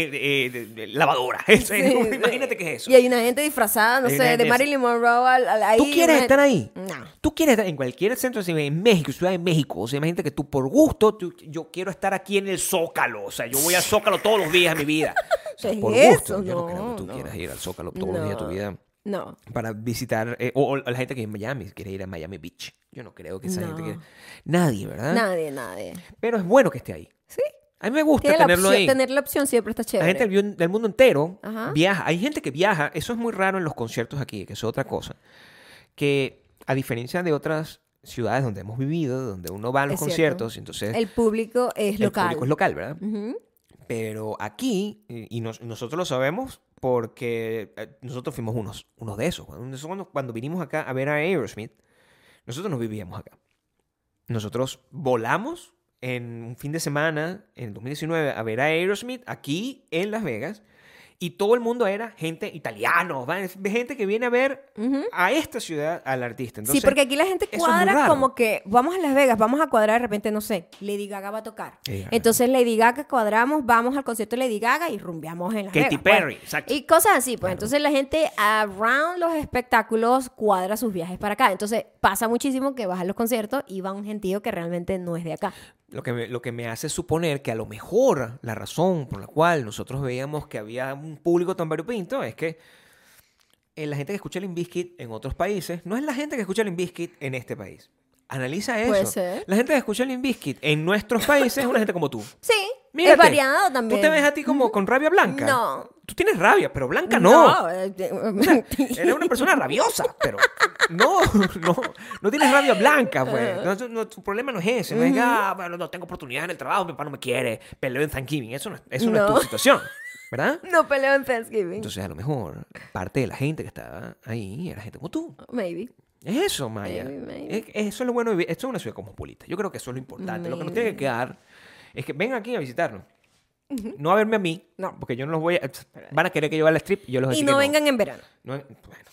eh, de- de- lavadoras. Es- es-
Sí, sí.
imagínate que es eso.
Y hay una gente disfrazada, no
Hay
sé,
una gente
de
así.
Marilyn Monroe al, al- ahí.
¿Tú quieres
una-
estar ahí?
No.
Tú quieres estar en cualquier centro, si en México, Ciudad de México. O sea, imagínate que tú por gusto, tú- yo quiero estar aquí en el Zócalo. O sea, yo voy al Zócalo todos los días de mi vida. O sea,
¿Qué
por
es
gusto.
eso?
Yo no, creo que tú
No, no.
quieras ir al Zócalo todos los días de tu
No.
vida
No.
para visitar. eh, o, o la gente que vive en Miami quiere ir a Miami Beach. Yo no creo que esa gente
No.
quiera. Nadie, ¿verdad?
Nadie, nadie.
Pero es bueno que esté ahí.
Sí.
A mí me gusta
Tiene la
tenerlo
opción,
ahí.
Tener la opción siempre está
La
chévere.
gente del, vio- del mundo entero
Ajá.
viaja. Hay gente que viaja. Eso es muy raro en los conciertos aquí, que eso es otra cosa. Que a diferencia de otras ciudades donde hemos vivido, donde uno va a los
Es cierto.
conciertos, entonces
El público es
el
local.
público es local, ¿verdad?
Ujú.
Pero aquí, eh, y y nos- nosotros lo sabemos porque eh, nosotros fuimos unos, unos de esos. Cuando- Nosotros cuando, cuando vinimos acá a ver a Aerosmith, nosotros no vivíamos acá. Nosotros volamos en un fin de semana, en el 2019, a ver a Aerosmith aquí en Las Vegas. Y todo el mundo era gente italiano, ¿va? Es gente que viene a ver
Ujú.
a esta ciudad al artista. Entonces,
sí, porque aquí la gente
eso es muy
cuadra
raro.
como que vamos a Las Vegas, vamos a cuadrar de repente, no sé, Lady Gaga va a tocar.
Lady Gaga.
Entonces Lady Gaga cuadramos, vamos al concierto de Lady Gaga y rumbeamos en Las
Katy
Vegas.
Perry,
pues.
exacto.
Y cosas así, pues. Entonces la gente around los espectáculos cuadra sus viajes para acá. Entonces pasa muchísimo que vas a los conciertos y va un gentío que realmente no es de acá.
Lo que, me, lo que me hace suponer que a lo mejor la razón por la cual nosotros veíamos que había un público tan variopinto es que eh, la gente que escucha Limbiskit en otros países no es la gente que escucha Limbiskit en este país. Analiza eso.
Puede ser.
La gente que escucha Limbiskit en nuestros países es una gente como tú.
Sí,
Mírate,
es variado también.
Tú te ves a ti como con rabia blanca.
No.
Tú tienes rabia, pero blanca no.
eh, eh,
Eres una persona rabiosa, pero no, no, no tienes rabia blanca, pues. No, tu- no, tu problema no es ese. No es que, ah, bueno, no tengo oportunidad en el trabajo, mi papá no me quiere, peleo en Thanksgiving. Eso no, es- eso no es
No.
tu situación, ¿verdad?
no peleo en Thanksgiving.
Entonces, a lo mejor parte de la gente que estaba ahí era gente como tú.
Maybe.
Es eso, Maya.
Maybe, maybe.
Es- Eso es lo bueno. de vivir- Esto es una ciudad cosmopolita. Yo creo que eso es lo importante. Lo que nos tiene que quedar es que vengan aquí a visitarnos. No a verme a mí,
No.
porque yo no los voy a. Van a querer que yo vaya al strip y yo los voy a
Y
decir
no
que
vengan en verano.
No ven- bueno,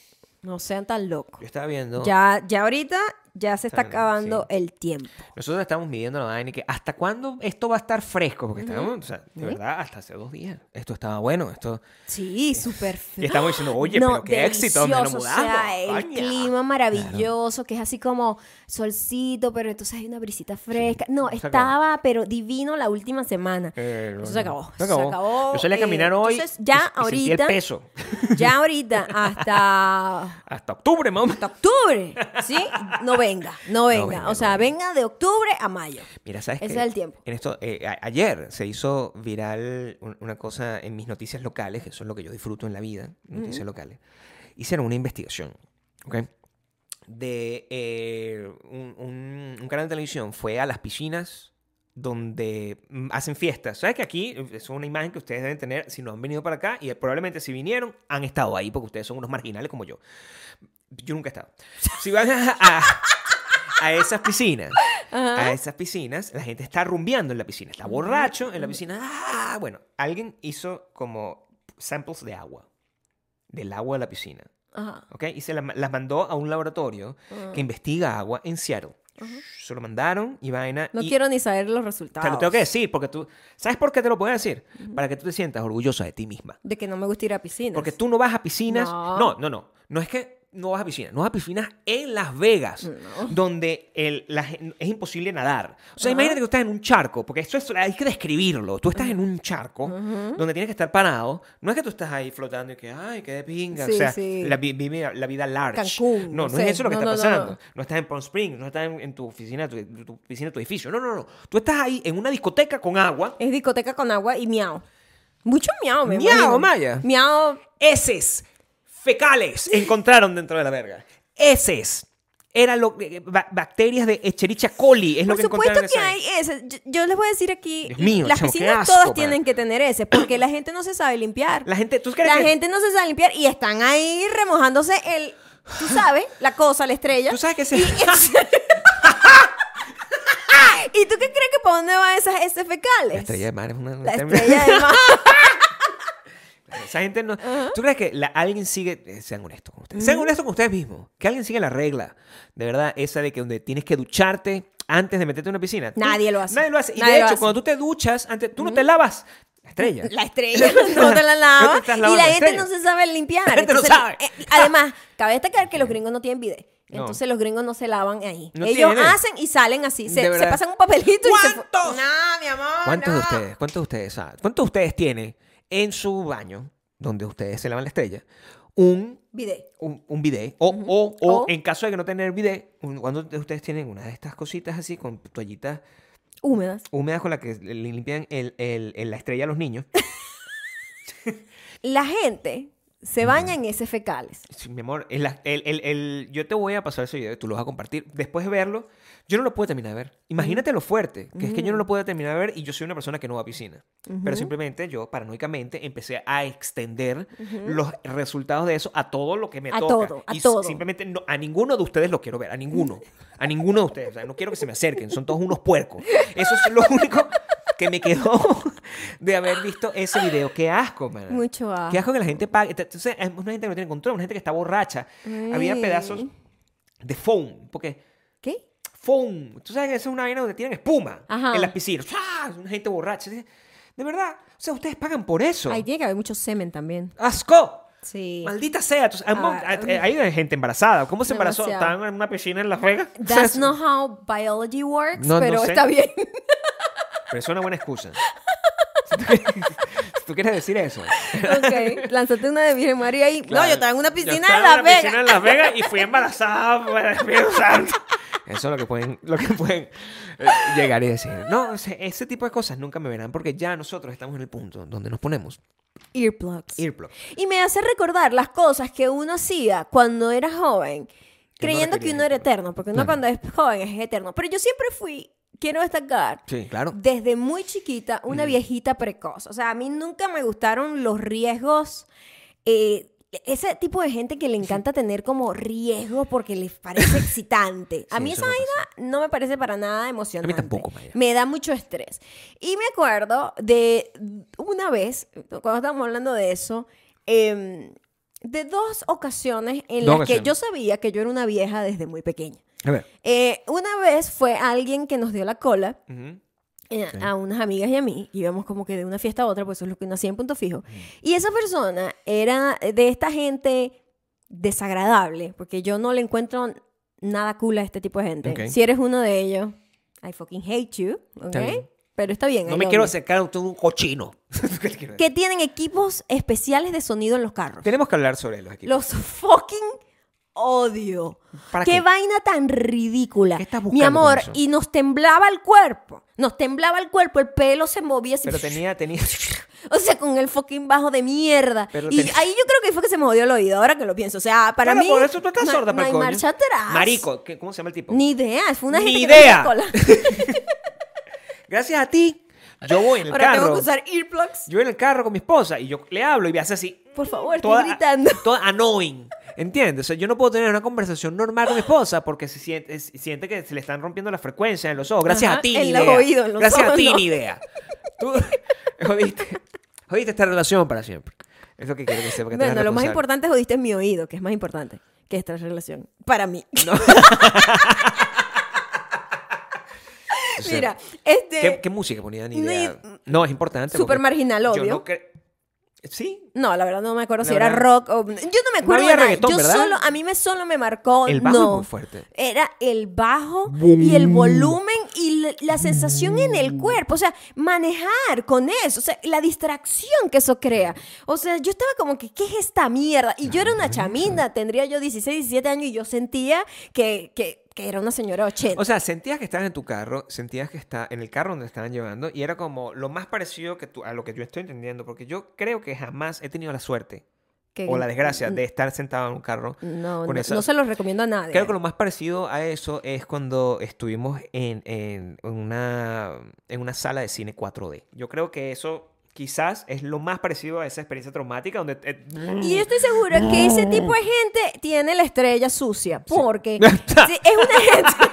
No sean tan locos.
yo estaba viendo.
Ya, ya ahorita ya se está
Ah,
acabando el tiempo.
Nosotros estamos midiendo la vaina y que hasta cuándo esto va a estar fresco, porque estábamos, o sea, de verdad, hasta hace dos días. Esto estaba bueno, esto.
Sí, súper feo.
Y estamos diciendo, oye, pero qué éxito, nos
delicioso, O
mudamos.
sea, el
coña.
clima maravilloso, que es así como solcito, pero entonces hay una brisita fresca. No,
se acabó.
estaba, pero divino la última semana.
Eh,
Eso se
bueno,
acabó.
Se acabó. Yo salí a
eh,
caminar hoy.
Entonces,
y-
ya
y sentí el
ahorita,
peso.
ya ahorita, hasta
Hasta octubre, mamá.
hasta octubre, ¿sí? No venga, no venga.
venga,
o
no
sea, venga de octubre a mayo.
Mira, ¿sabes
Ese
qué?
es el tiempo.
En esto, eh, a- ayer se hizo viral un- una cosa en mis noticias locales, que eso es lo que yo disfruto en la vida, noticias locales. Hicieron una investigación, ¿ok? De eh, un, un- un canal de televisión fue a las piscinas donde mm, hacen fiestas. ¿Sabes que aquí eh, es una imagen que ustedes deben tener si no han venido para acá y eh, probablemente si vinieron han estado ahí porque ustedes son unos marginales como yo. Yo nunca he estado. Si van a- a- a esas piscinas,
Ah.
a esas piscinas, la gente está rumbeando en la piscina, está borracho en la piscina. ¡Ah! Bueno, alguien hizo como samples de agua, del agua de la piscina,
Ajá.
¿ok? Y se la- las mandó a un laboratorio
Ah.
que investiga agua en Seattle. Se lo mandaron y vaina.
No
y
quiero ni saber los
Te
resultados.
lo tengo que decir, porque tú... ¿Sabes por qué te lo puedo decir? Para que tú te sientas orgullosa de ti misma.
De que no me gusta ir a piscinas.
Porque tú no vas a piscinas.
No.
No, no, no. No, es que no vas a piscinas. No vas a piscinas en Las Vegas, donde el- la gen- es imposible nadar. O sea,
Ajá.
imagínate que tú estás en un charco, porque esto es, hay que describirlo. Tú estás en un charco donde tienes que estar parado. No es que tú estás ahí flotando y que, ay, qué de pinga.
Sí,
o sea,
sí.
la, vi- vive la vida large.
Cancún, no
no, no,
sé.
es eso lo que
No, no,
está
no,
pasando.
no.
No. estás en Palm Springs, no estás en, en tu oficina, tu, tu piscina, tu edificio. No, no, no. Tú estás ahí en una discoteca con agua.
Es discoteca con agua y miau. Mucho miau, me
Miau,
imagino.
Maya.
Miau.
heces fecales encontraron dentro de la verga. Heces. Era lo, eh, ba- bacterias de Echerichia coli, es lo
Por
que
supuesto
encontraron. en
que
esa-
hay ese. Yo, yo les voy a decir aquí,
Dios mío,
las
chamo, qué
piscinas
asco,
todas
man.
tienen que tener ese, porque la gente no se sabe limpiar.
La gente, ¿tú crees
La
que-
gente no se sabe limpiar y están ahí remojándose el, tú sabes, la cosa, la estrella.
¿Tú sabes que ese-
Y, ¿Y tú qué crees que para dónde van esas heces fecales?
La estrella de mar es una...
La estrella de mar.
Esa gente no... ¿Tú crees que la- alguien sigue... eh, Sean honestos con ustedes. Sean honestos con ustedes mismos. Que alguien sigue la regla. De verdad, esa de que donde tienes que ducharte antes de meterte en una piscina. Tú-
Nadie lo hace.
Nadie lo hace. Y
Nadie
de
lo
hecho,
hace.
cuando tú te duchas, antes, tú no te lavas. La estrella.
La estrella no te la
No
lava.
te estás
y
lavando
la
la
gente
estrella.
no se sabe limpiar.
La gente no
Entonces,
sabe.
eh, además, cabe destacar que los gringos no tienen bidet.
No.
Entonces los gringos no se lavan ahí.
No
Ellos
tienen.
hacen y salen así. Se,
De
se
verdad.
pasan un papelito y se fu-
¿Cuántos?
Nah, mi amor. Oh,
¿Cuántos de
no.
ustedes, cuántos de ustedes saben, cuántos de ustedes tienen en su baño, donde ustedes se lavan la estrella, un,
Bidet.
un, un bidet? O, o, o,
O-
en caso de que no tener bidet, un- cuando de ustedes tienen una de estas cositas así, con toallitas
Húmedas.
húmedas con las que le le limpian el, el- el- la estrella a los niños.
La gente se baña en heces fecales.
Sí, mi amor, el- el- el- el- yo te voy a pasar ese video, tú lo vas a compartir. Después de verlo, yo no lo puedo terminar de ver. Imagínate lo fuerte, que es que yo
Mm.
no lo puedo terminar de ver y yo soy una persona que no va a piscina. Pero simplemente yo, paranoicamente, empecé a extender los resultados de eso a todo lo que me
A
toca.
todo, a
y
todo.
simplemente no- a ninguno de ustedes los quiero ver, a ninguno. A ninguno de ustedes. O sea, no quiero que se me acerquen, son todos unos puercos. Eso es lo único que me quedó de haber visto ese video. Qué asco, man.
Mucho asco.
Qué asco que la gente pague. Entonces, es una gente que no tiene control, una gente que está borracha. Había
Ay.
pedazos de foam, porque
¿Qué?
foam, tú sabes que esa es una vaina donde tienen espuma
Ajá.
en las piscinas. ¡Ah! Una gente borracha. De verdad, o sea, ustedes pagan por eso.
Ahí tiene que haber mucho semen también.
¡Asco!
Sí.
Maldita sea. Entonces, hay, mon-
Ah.
hay- hay gente embarazada. ¿Cómo se embarazó?
Demasiado.
Estaban en una piscina en Las Vegas. O sea,
That's
es-
not how biology works,
No, no
pero
sé.
está bien.
Pero es una buena excusa. Si tú quieres- si tú quieres decir eso.
ok. Lánzate una de Virgen María y.
Claro.
No, yo estaba en una
Yo
piscina
estaba
de Las
en una
Vegas.
pues, piscina en Las Vegas y fui embarazada por el Espíritu Santo. Eso es lo que pueden, lo que pueden, eh, llegar y decir, no, o sea, ese tipo de cosas nunca me verán porque ya nosotros estamos en el punto donde nos ponemos
Earplugs.
earplug.
Y me hace recordar las cosas que uno hacía cuando era joven, creyendo que
quería
uno era
eterno.
eterno, porque uno
Claro.
cuando es joven es eterno. Pero yo siempre fui, quiero destacar,
Sí, claro.
desde muy chiquita, una viejita precoz. O sea, a mí nunca me gustaron los riesgos. eh, ese tipo de gente que le encanta tener como riesgos porque les parece excitante. A
Sí,
mí
eso
esa
me
vaina no me parece para nada emocionante.
tampoco, Maya.
Me da mucho estrés. Y me acuerdo de una vez, cuando estábamos hablando de eso, em, de dos ocasiones en
Dos
las que
ocasiones.
yo sabía que yo era una vieja desde muy pequeña.
A ver.
Eh, una vez fue alguien que nos dio la cola
Ujú.
eh,
Ok.
a unas amigas y a mí, íbamos como que de una fiesta a otra, pues eso es lo que uno hacía en punto fijo. Y esa persona era de esta gente desagradable, porque yo no le encuentro nada cool a este tipo de gente.
Ok.
Si eres uno de ellos, I fucking hate you, ¿ok?
Está bien.
Pero está bien.
No
I
me
love
quiero
you.
acercar a usted un cochino. ¿Qué le quiero decir?
Que tienen equipos especiales de sonido en los carros.
Tenemos que hablar sobre los equipos.
Los fucking odio.
¿Para
¿Qué,
qué?
vaina tan ridícula?
¿Qué estás
Mi
buscando con
amor,
eso?
y nos temblaba el cuerpo. Nos temblaba el cuerpo, el pelo se movía así.
Pero tenía, tenía.
O sea, con el fucking bajo de mierda.
Pero
y
ten-
ahí yo creo que fue que se me jodió el oído, ahora que lo pienso. O sea, para
Claro,
mí.
por eso tú estás
no-
sorda,
no
pa'l
hay
coño.
marcha atrás.
Marico, ¿qué- ¿cómo se llama el tipo?
Ni idea, fue una
Ni
gente que tenía
idea.
cola.
Gracias a ti, yo voy en el
Ahora tengo
carro.
que usar earplugs.
Yo voy en el carro con mi esposa y yo le hablo y me hace así.
Por favor, estoy
toda-
gritando.
Toda annoying. ¿Entiendes? O sea, yo no puedo tener una conversación normal con mi esposa porque se siente, se siente que se le están rompiendo la frecuencia en los ojos. Gracias
Ajá,
a ti,
en
ni
los
idea.
oídos, en los
Gracias
ojos,
a ti,
no.
ni idea. Tú jodiste, jodiste esta relación para siempre. Es lo que quiero que sepa que tú eres
Bueno, lo más
responsable.
importante es jodiste en mi oído, que es más importante que esta relación. Para mí.
O sea,
Mira, este.
¿Qué, qué música ponía ni
no,
idea?
y-
No, es importante.
Súper
porque
marginal,
yo
obvio.
no cre- sí,
No, la verdad no me acuerdo
La
si era
verdad-
rock o... Yo no me acuerdo
había
de nada.
reggaetón,
Yo
¿verdad?
solo, a mí me solo me marcó...
El bajo pues. es
Oh, no.
muy fuerte.
Era el bajo y el volumen y la, la sensación en el cuerpo. O sea, manejar con eso. O sea, la distracción que eso crea. O sea, yo estaba como que, ¿qué es esta mierda? Y yo era una chamina. Tendría yo 16, 17 años y yo sentía que, que, que era una señora de 80.
O sea, sentías que estabas en tu carro, sentías que está en el carro donde te estaban llevando y era como lo más parecido que tú- a lo que yo estoy entendiendo, porque yo creo que jamás he tenido la suerte
Que-
o la desgracia de estar sentado en un carro.
No,
con
Mm. no,
esa-
no se los recomiendo a nadie.
Creo que lo más parecido a eso es cuando estuvimos en, en una, en una sala de cine 4D. Yo creo que eso quizás es lo más parecido a esa experiencia traumática donde... eh,
Y yo estoy segura que
Ah.
ese tipo de gente tiene la estrella sucia, porque sí, es una gente...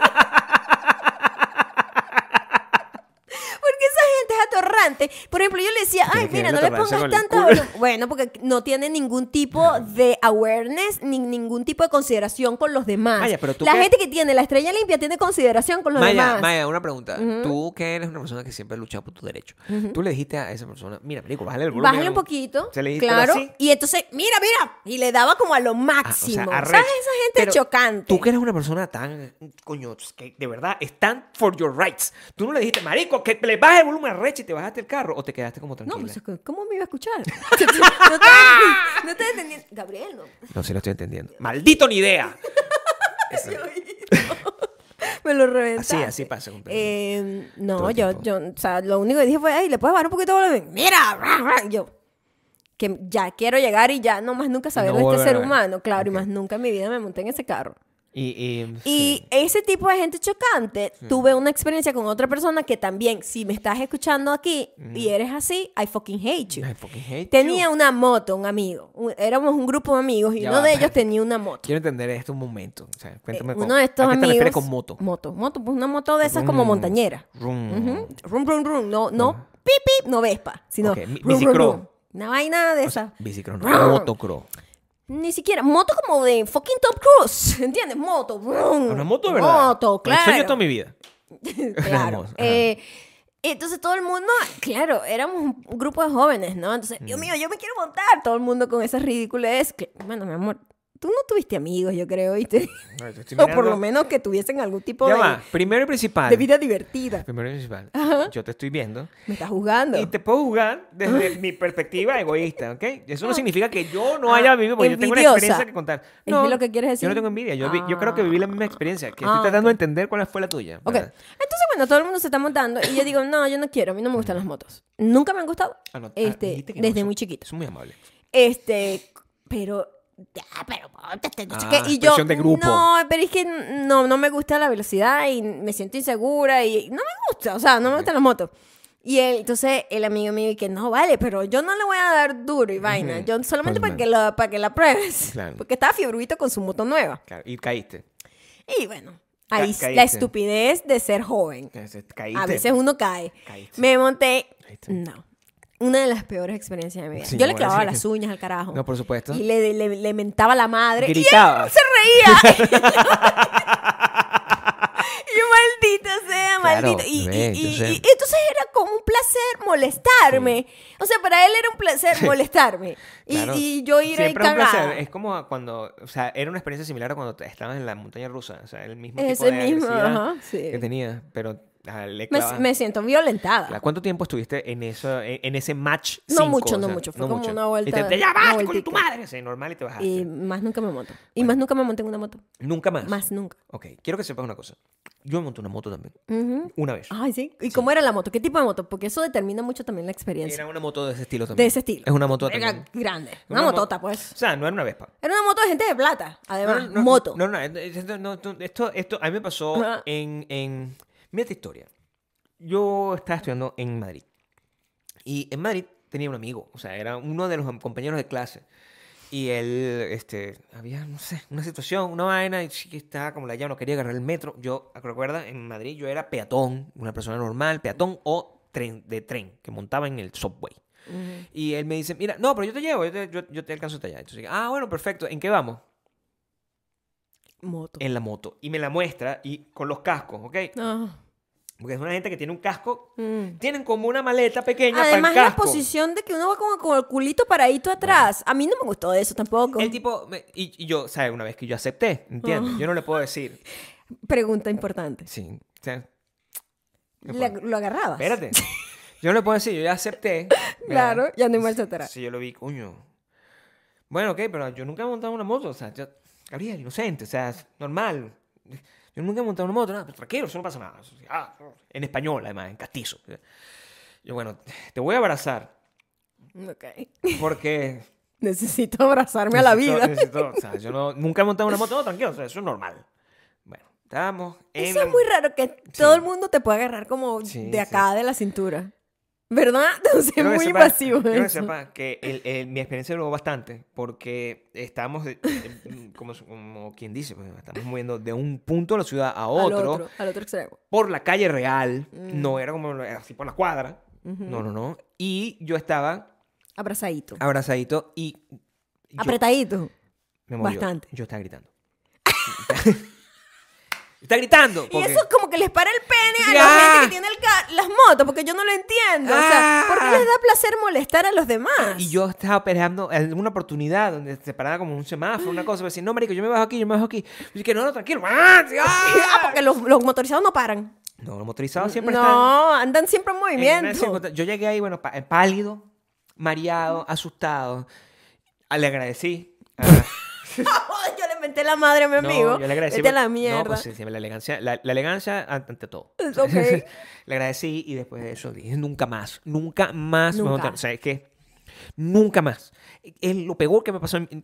Porque esa gente es atorrante. Por ejemplo, yo le decía, ay,
Tiene que
mira,
ver
no
la
le
atorrancia
pongas
con el
tanta...
culo".
volu- Bueno, porque no tiene ningún tipo de awareness, ni ningún tipo de consideración con los demás.
Maya, pero tú
la
qué-
gente que tiene la estrella limpia tiene consideración con los
Maya,
demás.
Maya, una pregunta. Tú que eres una persona que siempre ha luchado por tu derecho. Tú le dijiste a esa persona, mira, marico, bájale el volumen.
Bájale un poquito.
Se le dijiste
claro.
así.
Y entonces, mira, mira. Y le daba como a lo
Ah, o sea,
máximo. ¿Sabes?
arrecho.
Esa gente
Pero
chocante.
Tú que eres una persona tan, coño, que de verdad, stand for your rights. Tú no le dijiste, marico, que le bajes el volumen a Reche y te bajaste el carro o te quedaste como
No,
tranquila.
pues, ¿cómo me iba a escuchar? no estaba- no estaba entendiendo. Gabriel, no.
No sé, lo estoy entendiendo. ¡Maldito ni idea! Eso.
Me lo reventaste.
así, así pasa. con-
Eh,
Todo
no,
el
yo,
tiempo.
yo, o sea, lo único que dije fue, ay, ¿le puedes bajar un poquito de volumen? Mira, ra, ra", y yo, que ya quiero llegar y ya no más nunca saber
No
de este
volver a
ser
ver.
humano, claro, y
Ok.
más nunca en mi vida me monté en ese carro.
Y, y,
Y ese tipo de gente chocante, tuve una experiencia con otra persona que también, si me estás escuchando aquí y eres así, I fucking hate
sí.
you.
I fucking hate
Tenía
you.
una moto, un amigo. Un- éramos un grupo de amigos y
Ya
uno
va,
de ellos
espérate.
tenía una moto.
Quiero entender esto un momento. O sea,
Eh,
cuéntame
uno de estos
¿A qué
amigos.
te refieres con moto? Mm.
Moto, moto, pues una moto de esas como
Rum,
montañera.
rum.
Ujú. Rum, rum, rum. No, no, pip, pip, no Vespa, sino
Ok, mi-
rum, rum,
bicicross.
rum. Una vaina de esa.
Bicicross,
Rum.
no, motocross.
Ni siquiera. Moto como de fucking Top Cruise. ¿Entiendes? Moto. rum.
Ah, Una moto, de ¿verdad?
Mm. Moto,
El sueño de
claro.
toda mi vida.
claro.
Vamos, ajá.
Eh, entonces todo el mundo, claro, éramos un un
Mm.
grupo de jóvenes, ¿no? Entonces, Dios mío, yo me quiero montar. Todo el mundo con esas ridiculez. Que, bueno, mi amor, tú no tuviste amigos, yo creo, ¿viste?
Bueno, te estoy
O por
mirando-
lo menos que tuviesen algún tipo
Ya
de,
va, primero y
de
principal.
vida divertida.
Primero y principal. Yo te estoy viendo.
Me estás juzgando.
Y te puedo jugar desde mi perspectiva egoísta, ¿ok? Eso no significa que yo no haya vivido, porque yo tengo
Ah, envidiosa.
una experiencia que contar.
¿Es
No,
lo que quieres
Yo
decir?
no tengo envidia. Yo, vi- yo creo que viví la misma experiencia. Que
Ah,
estoy tratando de entender cuál fue la tuya.
Ok.
¿verdad?
Entonces, bueno, todo el mundo se está montando y yo digo, no, yo no quiero, a mí no me gustan las motos. Nunca me han gustado.
Ah, no, ah,
este,
dijiste que no,
desde
eso-
muy chiquito.
Es muy amable.
Este, pero. ah, pero móntate, no sé
Ah,
qué. Y yo.
presión de grupo.
No, pero es que no, no me gusta la velocidad y me siento insegura y no me gusta, o sea, no me gustan las motos. Y él- entonces el amigo mío que no vale, pero yo no le voy a dar duro y vaina.
Ujú.
Yo solamente
Pues
para
no.
que, la, para que la pruebes.
Claro.
Porque estaba fiebruito con su moto nueva.
Claro, y caíste.
Y bueno, ahí s- la
caíste.
estupidez de ser joven.
Entonces, Caíste.
A veces uno cae.
Caíste.
Me monté.
Caíste.
No. Una de las peores experiencias de mi vida.
Sí,
Yo le
no,
clavaba
ese-
las uñas al carajo.
No, por supuesto.
Y le, le, le mentaba la madre. Y él
Gritabas.
se reía. y yo, maldita sea,
Claro,
maldita. Y, y-
ven, yo
y-
sé.
y entonces era como un placer molestarme. O sea, para él era un placer molestarme. y,
Claro.
y yo ir ahí
Siempre un placer.
cagada.
Es como cuando, o sea, era una experiencia similar a cuando te- estabas en la montaña rusa. O sea, el mismo tipo
Ese
de
mismo,
agresividad
ajá, sí.
que tenía. Pero ah, le
Me,
clavas.
me siento violentada.
Claro, ¿Cuánto tiempo estuviste en, eso, en, en ese match?
No
cinco?
mucho, no mucho. Fue como una vuelta-
Y te, te
una
llamaste con tu
vueltica.
madre. Sí, normal y te bajaste.
Y más nunca me monto. Y más nunca me monté en una moto.
Nunca más.
Más nunca.
Ok, quiero que sepas una cosa. Yo monté una moto también.
Ujú.
Una vez.
Ay, sí. ¿Y cómo era la moto? ¿Qué tipo de moto? Porque eso determina mucho también la experiencia.
Era una moto de ese estilo también.
de ese estilo.
Es una moto
Era
también.
grande. Una,
Una mo-
motota, pues.
O sea, no era una Vespa.
Era una moto de gente de plata.
No,
Además,
no, no,
moto. Ah.
No, no, esto, no, esto, esto, esto a mí me
Ajá.
pasó en, en... Mira esta historia. Yo estaba estudiando en Madrid. Y en Madrid tenía un amigo. O sea, era uno de los compañeros de clase. Y él, este, había, no sé, una situación, una vaina, y sí que estaba como la llave, no quería agarrar el metro. Yo, recuerda, en Madrid yo era peatón, una persona normal, peatón o tren, de tren, que montaba en el subway.
Ujú.
Y él me dice, mira, no, pero yo te llevo, yo te, yo- yo te alcanzo hasta allá. Entonces, ah, bueno, perfecto, ¿en qué vamos?
Moto.
en la moto y me la muestra y con los cascos, ¿ok?
Ah.
Porque es una gente que tiene un casco,
Mm.
tienen como una maleta pequeña para
Además,
el
la
casco.
posición de que uno va como con el culito paradito atrás. A mí no me gustó eso tampoco.
El tipo me- y, y yo, ¿sabes? Una vez que yo acepté,
Ah.
¿entiendes? Yo no le puedo decir,
Pregunta importante.
sí, o sea, Me
¿La-
pongo-
¿Lo agarrabas?
espérate. Yo no le puedo decir, yo ya acepté. ¿verdad?
Claro, ya no hay
Y
marcha
si-
atrás.
Si yo lo vi, coño. Bueno, ok, pero yo nunca he montado una moto, o sea, yo, Gabriel, inocente, o sea, es normal. Yo nunca he montado una moto, nada, pero tranquilo, eso no pasa nada. Eso sí, ah, en español, además, en castizo. Yo, bueno, te voy a abrazar
Ok.
porque...
Necesito abrazarme a la
necesito-
vida.
necesito- o sea, yo no- nunca he montado una moto, no, tranquilo, o sea, eso es normal. Bueno, estábamos en...
Eso
la-
es muy raro que todo el mundo te pueda agarrar como
Sí,
de
sí.
acá de la cintura. ¿Verdad? Entonces es
Quiero que
muy
sepa-
invasivo.
Quiero que
eso.
sepa que el- el- mi experiencia duró bastante porque estábamos, eh, eh, como, como quien dice, pues, estamos moviendo de un punto de la ciudad a
Al
otro,
otro, Mm. al otro extremo.
por la calle real. No era como era así por la cuadra. No, no, no. Y yo estaba
Abrazadito.
abrazadito y... Ah, yo-
Apretadito.
mi amor, yo-
bastante.
Yo, estaba gritando. está gritando.
Y
porque-
eso como que les para el pene a la
Ya. Ah.
gente que tiene el ca- las motos, porque yo no lo entiendo. O sea, ¿por qué les da placer molestar a los demás?
Y yo estaba esperando alguna oportunidad donde se paraba como un semáforo, una cosa, decía, no, marico, yo me bajo aquí, yo me bajo aquí. Y yo que no, no, tranquilo. ¡Ah! sí,
Ah,
¡ah!
porque los, los motorizados no paran.
No, los motorizados siempre están.
no, andan siempre en
en una
movimiento.
circunstancia. yo llegué ahí, bueno, pa- pálido, mareado, asustado. Ah, Le agradecí. Ah,
yo le menté la madre a mi
no,
amigo.
yo le agradecí.
Vete a la
No,
mierda.
pues, sí, sí, la elegancia, la, la elegancia ante todo.
Ok.
le agradecí y después de eso dije, nunca más, nunca más me voy a
Nunca.
montar. O sea, es que nunca más. Es lo peor que me pasó. en- en-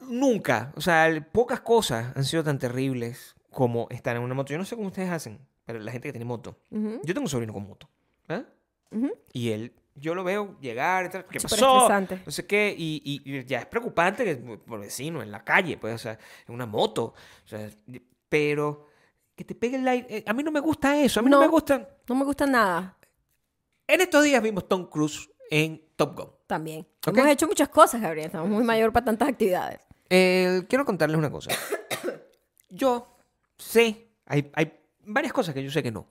Nunca. O sea, el- pocas cosas han sido tan terribles como estar en una moto. Yo no sé cómo ustedes hacen, pero la gente que tiene moto.
Ujú.
Yo tengo un sobrino con moto. ¿eh?
Ujú.
Y él, yo lo veo llegar, y tal, ¿qué
Súper
pasó?
estresante.
No sé qué, y, y- y ya es preocupante que por vecino, en la calle, pues, o sea, en una moto. o sea, pero que te pegue el aire. eh, A mí no me gusta eso, a mí no,
No.
me gusta.
No me gusta nada.
En estos días vimos Tom Cruise en Top Gun.
También.
Ok.
Hemos hecho muchas cosas, Gabriel. Estamos muy mayor para tantas actividades.
Eh, quiero contarles una cosa. Yo sé, hay, hay varias cosas que yo sé que no.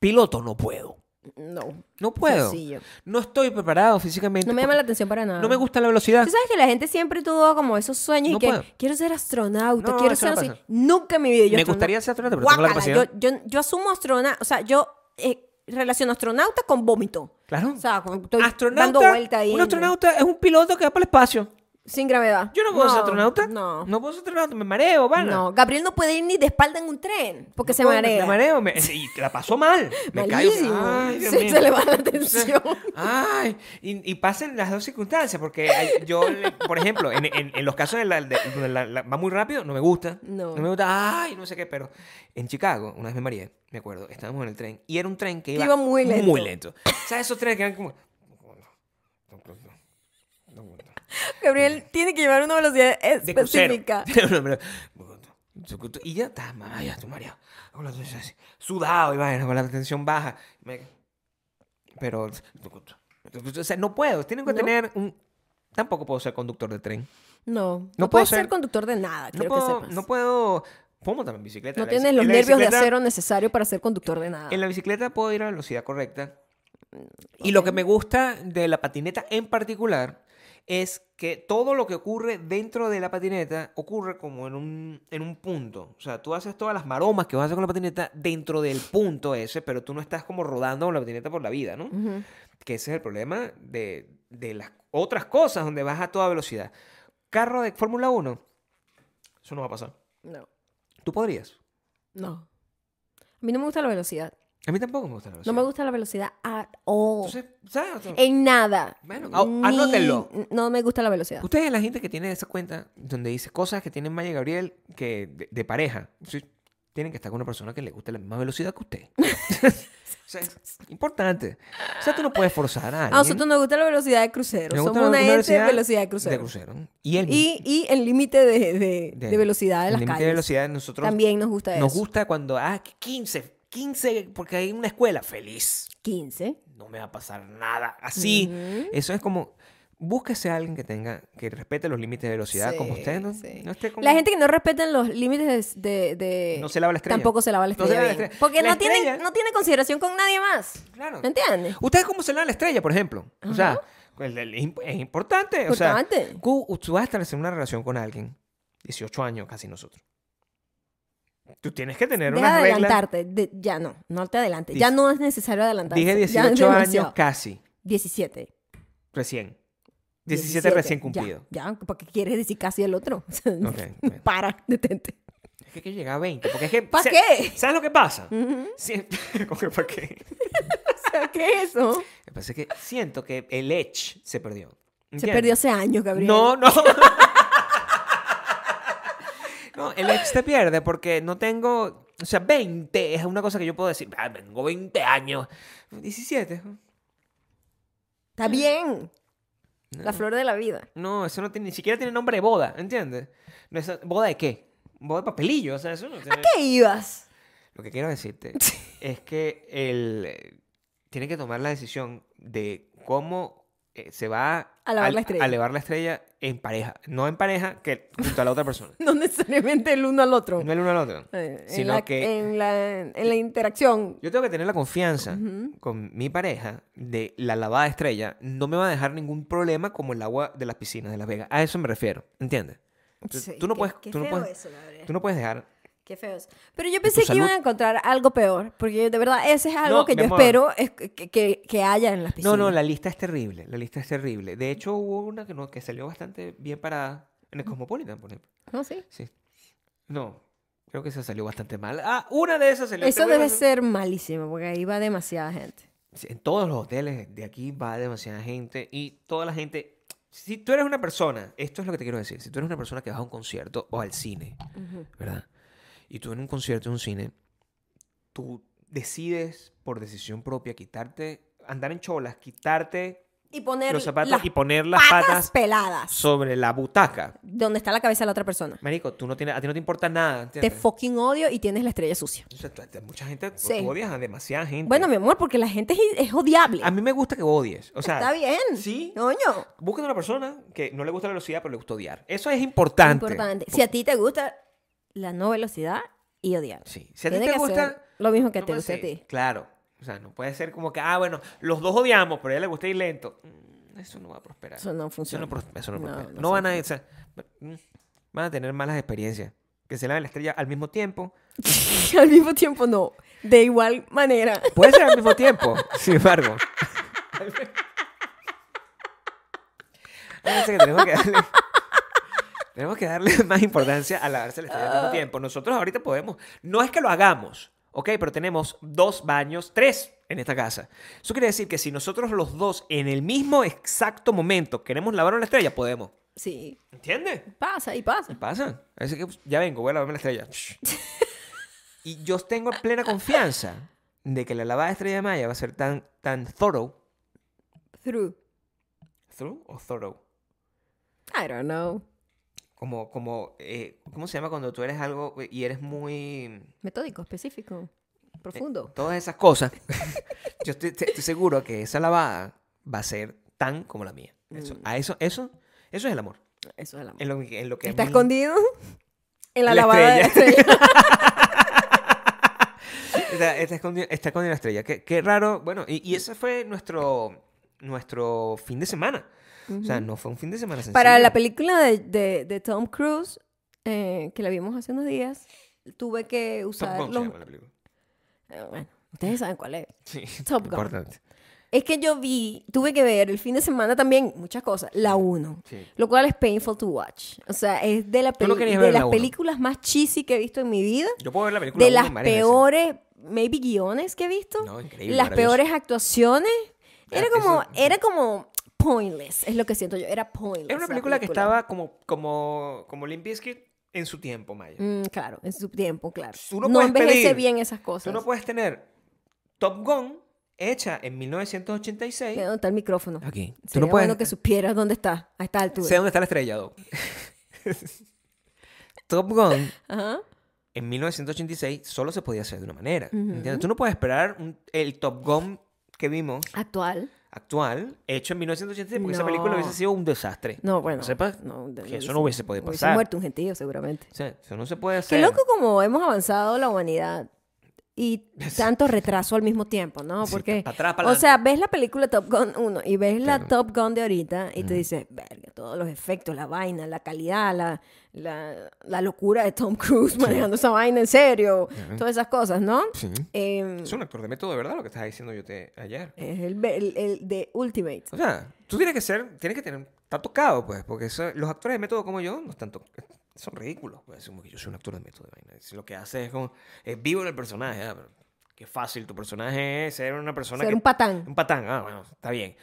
Piloto no puedo.
No.
No puedo.
Sencillo.
No estoy preparado físicamente.
No me llama la atención para nada.
No me gusta la velocidad.
Tú sabes que la gente siempre tuvo como esos sueños
Ah. No
y que
puedo.
quiero ser astronauta,
No,
quiero
eso
ser
no
así.
pasa.
Nunca en mi vida yo
Me
astronauta.
gustaría ser astronauta, pero tengo la
Guácala,
capacidad.
Yo, yo, yo asumo astronauta, o sea, yo eh, relaciono astronauta con vómito.
Claro.
O sea, como estoy
astronauta,
dando vuelta ahí.
Un
¿no?
astronauta es un piloto que va para el espacio.
Sin gravedad.
Yo no puedo ser astronauta.
No.
No puedo ser astronauta. Me mareo, van.
No, Gabriel no puede ir ni de espalda en un tren porque se marea.
Me mareo. me- y la pasó mal. Me caigo.
Malísimo.
Ay, Dios
Se-
mío.
se le va la atención.
Ay, y, y pasan las dos circunstancias, porque hay- yo, le- por ejemplo, en, en- en los casos de la, de- donde la- la- va muy rápido, no me gusta.
No.
me gusta, ay, no sé qué, pero en Chicago, una vez me mareé, me acuerdo, estábamos en el tren, y era un tren que iba,
iba muy lento.
Muy lento. ¿Sabes esos trenes que eran como...
Gabriel tiene que llevar una velocidad
de crucero.
específica.
y ya está, mamá, ya estoy mareado. Con la tensión así, Sudado, y vaina, con la tensión baja. Me- Pero, o sea, no puedo. Tienen que
No.
tener un... Tampoco puedo ser conductor de tren.
No, no,
No puedo
puedes ser...
ser-
conductor de nada,
No
quiero que
puedo,
sepas.
no puedo... Puedo montarme en bicicleta.
No
La
tienes
bici-
los
en la
nervios de
bicicleta-
acero necesarios para ser conductor de nada.
En la bicicleta puedo ir a la velocidad correcta.
Mm,
Y lo que me gusta de la patineta en particular es que todo lo que ocurre dentro de la patineta ocurre como en un, en un punto. O sea, tú haces todas las maromas que vas a hacer con la patineta dentro del punto ese, pero tú no estás como rodando con la patineta por la vida, ¿no?
Ujú.
Que ese es el problema de, de las otras cosas donde vas a toda velocidad. Carro de Fórmula 1, eso no va a pasar.
No,
Tú podrías.
no. A mí no me gusta la velocidad.
A mí tampoco me gusta la
No
velocidad.
me gusta la velocidad at all.
Ah, Entonces, ¿sabes? O sea,
en nada.
Bueno, a- anótenlo.
No me gusta la velocidad.
Ustedes, la gente que tiene esa cuenta donde dice cosas que tienen Maya y Gabriel que de, de pareja, sí, tienen que estar con una persona que le guste la misma velocidad que usted. o sea, es importante. O sea, tú no puedes forzar a alguien.
A nosotros nos gusta la velocidad de crucero.
Me gusta
Somos
la-
una
una
gente de velocidad de crucero.
De crucero. Y el
Y, y el límite de, de- de velocidad de
el
las
límite
calles.
de velocidad nosotros
También nos gusta
nos
eso.
gusta cuando ah 15, 15 porque hay una escuela feliz.
15.
no me va a pasar nada. Así.
Ujú.
Eso es como. Búsquese a alguien que tenga, que respete los límites de velocidad como
Sí,
usted, ¿no?
sí.
No esté como-
La gente que no respeta los límites de, de-
No se lava la estrella.
Tampoco se lava la
No se
estrella.
lava la
bien.
estrella.
Porque
La
no, tienen,
estrella-
no tienen consideración con nadie más.
Claro.
¿Me entiendes?
¿Ustedes cómo se lavan la estrella, por ejemplo? O sea, el- el- es imp- es importante. O sea,
Importante.
tú, tú vas a establecer una relación con alguien, 18 años casi nosotros. Tú tienes que tener
Deja
una
de
regla.
adelantarte. de- ya no, no te adelantes.
Dice-
Ya no es necesario adelantarte.
Dije
Ya es
18 años
demasiado.
casi,
17.
recién. 17, recién
ya,
cumplido.
Ya, porque quieres decir casi el otro. O sea,
Ok, bueno.
Para, detente.
Es que hay que llegar a 20. Porque es que,
¿Pa
sa-
qué?
¿Sabes lo que pasa? Sí, ¿Cómo que para qué?
O sea, ¿qué es eso?
Me parece que siento que el edge se perdió.
Se
¿entiendes?
perdió hace años, Gabriel.
No, no. no, el edge se pierde porque no tengo. O sea, 20 es una cosa que yo puedo decir. Ah, tengo 20 años. 17.
Está bien. La flor de la vida.
No, eso no tiene, ni siquiera tiene nombre de boda, ¿entiendes? No, eso- ¿Boda de qué? Boda de papelillo, o sea, eso no tiene-
¿Qué ibas?
Lo que quiero decirte es que el, eh, tiene que tomar la decisión de cómo eh, se va
A lavar la estrella.
a elevar la estrella en pareja. No en pareja que junto a la otra persona.
No necesariamente el uno al otro.
No el uno al otro.
Eh, en,
sino
la,
que
en, la, en la interacción.
yo tengo que tener la confianza con mi pareja de la lavada de estrella. No me va a dejar ningún problema como el agua de las piscinas de Las Vegas. A eso me refiero. ¿Entiendes? Tú-
Sí,
tú no
qué-
puedes,
qué
tú no
feo
puedes,
eso, Gabriel.
tú no puedes dejar
Qué feos. Pero yo pensé que
salud.
iban a encontrar algo peor, porque de verdad ese es algo
No,
que
mi
yo
amor.
espero es que, que- que haya en las
No,
piscinas.
no, la lista es terrible. La lista es terrible. De hecho, hubo una que, no, que salió bastante bien parada en el Cosmopolitan, por ejemplo.
No, sí.
Sí. No, creo que esa salió bastante mal. Ah, una de esas salió.
Eso debe
terrible.
ser malísimo, porque ahí va demasiada gente.
Sí, En todos los hoteles de aquí va demasiada gente y toda la gente. Si tú eres una persona, esto es lo que te quiero decir. Si tú eres una persona que vas a un concierto o al cine, ¿verdad? Y tú en un concierto o un cine, tú decides por decisión propia quitarte, andar en cholas, quitarte
Y poner
los zapatos
las
y poner las
patas,
patas
peladas
sobre la butaca.
donde está la cabeza de la otra persona.
Marico, tú no tienes, a ti no te importa nada,
Te
¿entiendes?
fucking odio y tienes la estrella sucia.
O sea, tú- tú- mucha gente, tú-
Sí.
tú odias a demasiada gente.
Bueno, mi amor, porque la gente es, es odiable.
a mí me gusta que odies. O sea,
Está bien.
Sí.
Coño.
Busquen una persona que no le gusta la velocidad, pero le gusta odiar. Eso es importante.
Importante. Si a ti te gusta la no velocidad y odiar.
Sí. Si a ti
Tiene
te
que ser
gusta...
Lo mismo que
no
te
puede
gusta a
ser.
ti.
Claro. O sea, no puede ser como que, ah, bueno, los dos odiamos, pero a ella le gusta ir lento. Mm, Eso no va a prosperar.
Eso no
Eso
funciona.
no, pros- eso no
No,
prospera.
no
No van a,
funciona.
o sea, mm, van a tener malas experiencias. Que se laven la estrella al mismo tiempo.
Al mismo tiempo no. De igual manera.
Puede ser al mismo tiempo, sin embargo. A mí me parece que tenemos que darle, tenemos que darle más importancia a lavarse la estrella al mismo tiempo. Nosotros ahorita podemos. No es que lo hagamos, ¿ok? Pero tenemos dos baños, tres en esta casa. Eso quiere decir que si nosotros los dos en el mismo exacto momento queremos lavarnos la estrella, podemos.
Sí.
¿Entiendes?
Pasa y pasa.
Pasa. Así que pues, ya vengo, voy a lavarme la estrella. y yo tengo plena confianza de que la lavada de estrella de Maya va a ser tan, tan thorough.
Through.
¿Thorough o thorough?
I don't know.
Como, como, eh, ¿cómo se llama cuando tú eres algo y eres muy...
Metódico, específico. Profundo.
Todas esas cosas. yo estoy, te- estoy seguro que esa lavada va a ser tan como la mía. Eso, A eso, eso, eso es el amor.
Eh, Eso es el amor.
En lo, que- en lo que
Está
a mí-
escondido en la,
La
lavada de la estrella.
Está, está escondido, está escondido la estrella. Qué, qué raro. Bueno, y, y ese fue nuestro, nuestro fin de semana. O sea, no fue un fin de semana sencillo.
Para la película de, de- de Tom Cruise, eh, que la vimos hace unos días, tuve que usar
Top Gun se
los...
llama la película.
Eh, bueno, ustedes saben cuál es.
Sí,
Top Gun.
importante.
Es que yo vi, tuve que ver el fin de semana también muchas cosas. La 1.
Sí.
Lo cual es painful to watch. O sea, es de, la
Tú no
peli-
querías
de
ver la
las
uno.
películas más cheesy que he visto en mi vida.
Yo puedo ver la película.
De
una y
las
varias veces.
peores, maybe guiones que he visto.
No, increíble,
las
maravilloso.
peores actuaciones.
Ya,
Era como,
eso-
era como pointless, es lo que siento yo. Era pointless.
Era una
la
película que estaba como, como, como Limp Bizkit en su tiempo, Maya.
Mm, claro, en su tiempo, claro.
Tú no
no
puedes
envejece
pedir.
bien esas cosas.
Tú no puedes tener Top Gun hecha en 1986.
¿Dónde está el micrófono?
Aquí. Tú
Sería
no puedes.
bueno que supieras dónde está a esta altura.
Sé dónde está la estrella, Doc. Top Gun
Ajá.
en 1986 solo se podía hacer de una manera. ¿entiendes? Tú no puedes esperar un- el Top Gun que vimos
Actual.
actual, hecho en 1986, porque esa
No.
película hubiese sido un desastre.
No, bueno.
sepas
no, de-
que eso no hubiese podido
hubiese
pasar.
muerto un gentío, seguramente.
O sea, eso no se puede hacer.
Qué loco como hemos avanzado la humanidad y tanto retraso al mismo tiempo, ¿no?
Sí,
Porque,
pa- atrás, para
o sea, ves la película Top Gun 1 y ves la Top Gun de ahorita y te dices, verga, todos los efectos, la vaina, la calidad, la, la, la locura de Tom Cruise manejando esa vaina en serio, todas esas cosas, ¿no?
Sí.
Eh,
Es un actor de método, de ¿verdad? Lo que estaba diciendo yo te, ayer.
es el, be- el, el de Ultimate.
O sea, tú tienes que ser, tienes que tener, está tocado, pues, porque eso- los actores de método como yo no están to- son ridículos. Pues, como que yo soy un actor de método, de vaina. Si Lo que hace es como, es vivo en el personaje, ah, pero qué fácil, tu personaje es ser una persona
Ser
que-
un patán.
Un patán, ah, bueno, está bien.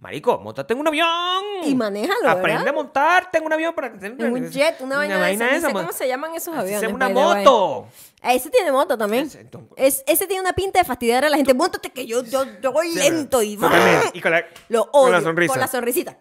Marico, montate en un avión.
Y manéjalo, ¿verdad?
Aprende a montarte en un avión para tener
En un jet, una vaina, de esas. Ni sé
mo-
¿Cómo se llaman esos
así
aviones?
sea una
by the way.
moto.
Ah, Ese tiene moto también.
Ese, entonces-
Es- ese tiene una pinta de fastidiar a la gente. Móntate que yo, yo, yo voy lento y... ¡ah!
Totalmente. Y con la,
Lo odio.
con la sonrisa.
Con la sonrisita.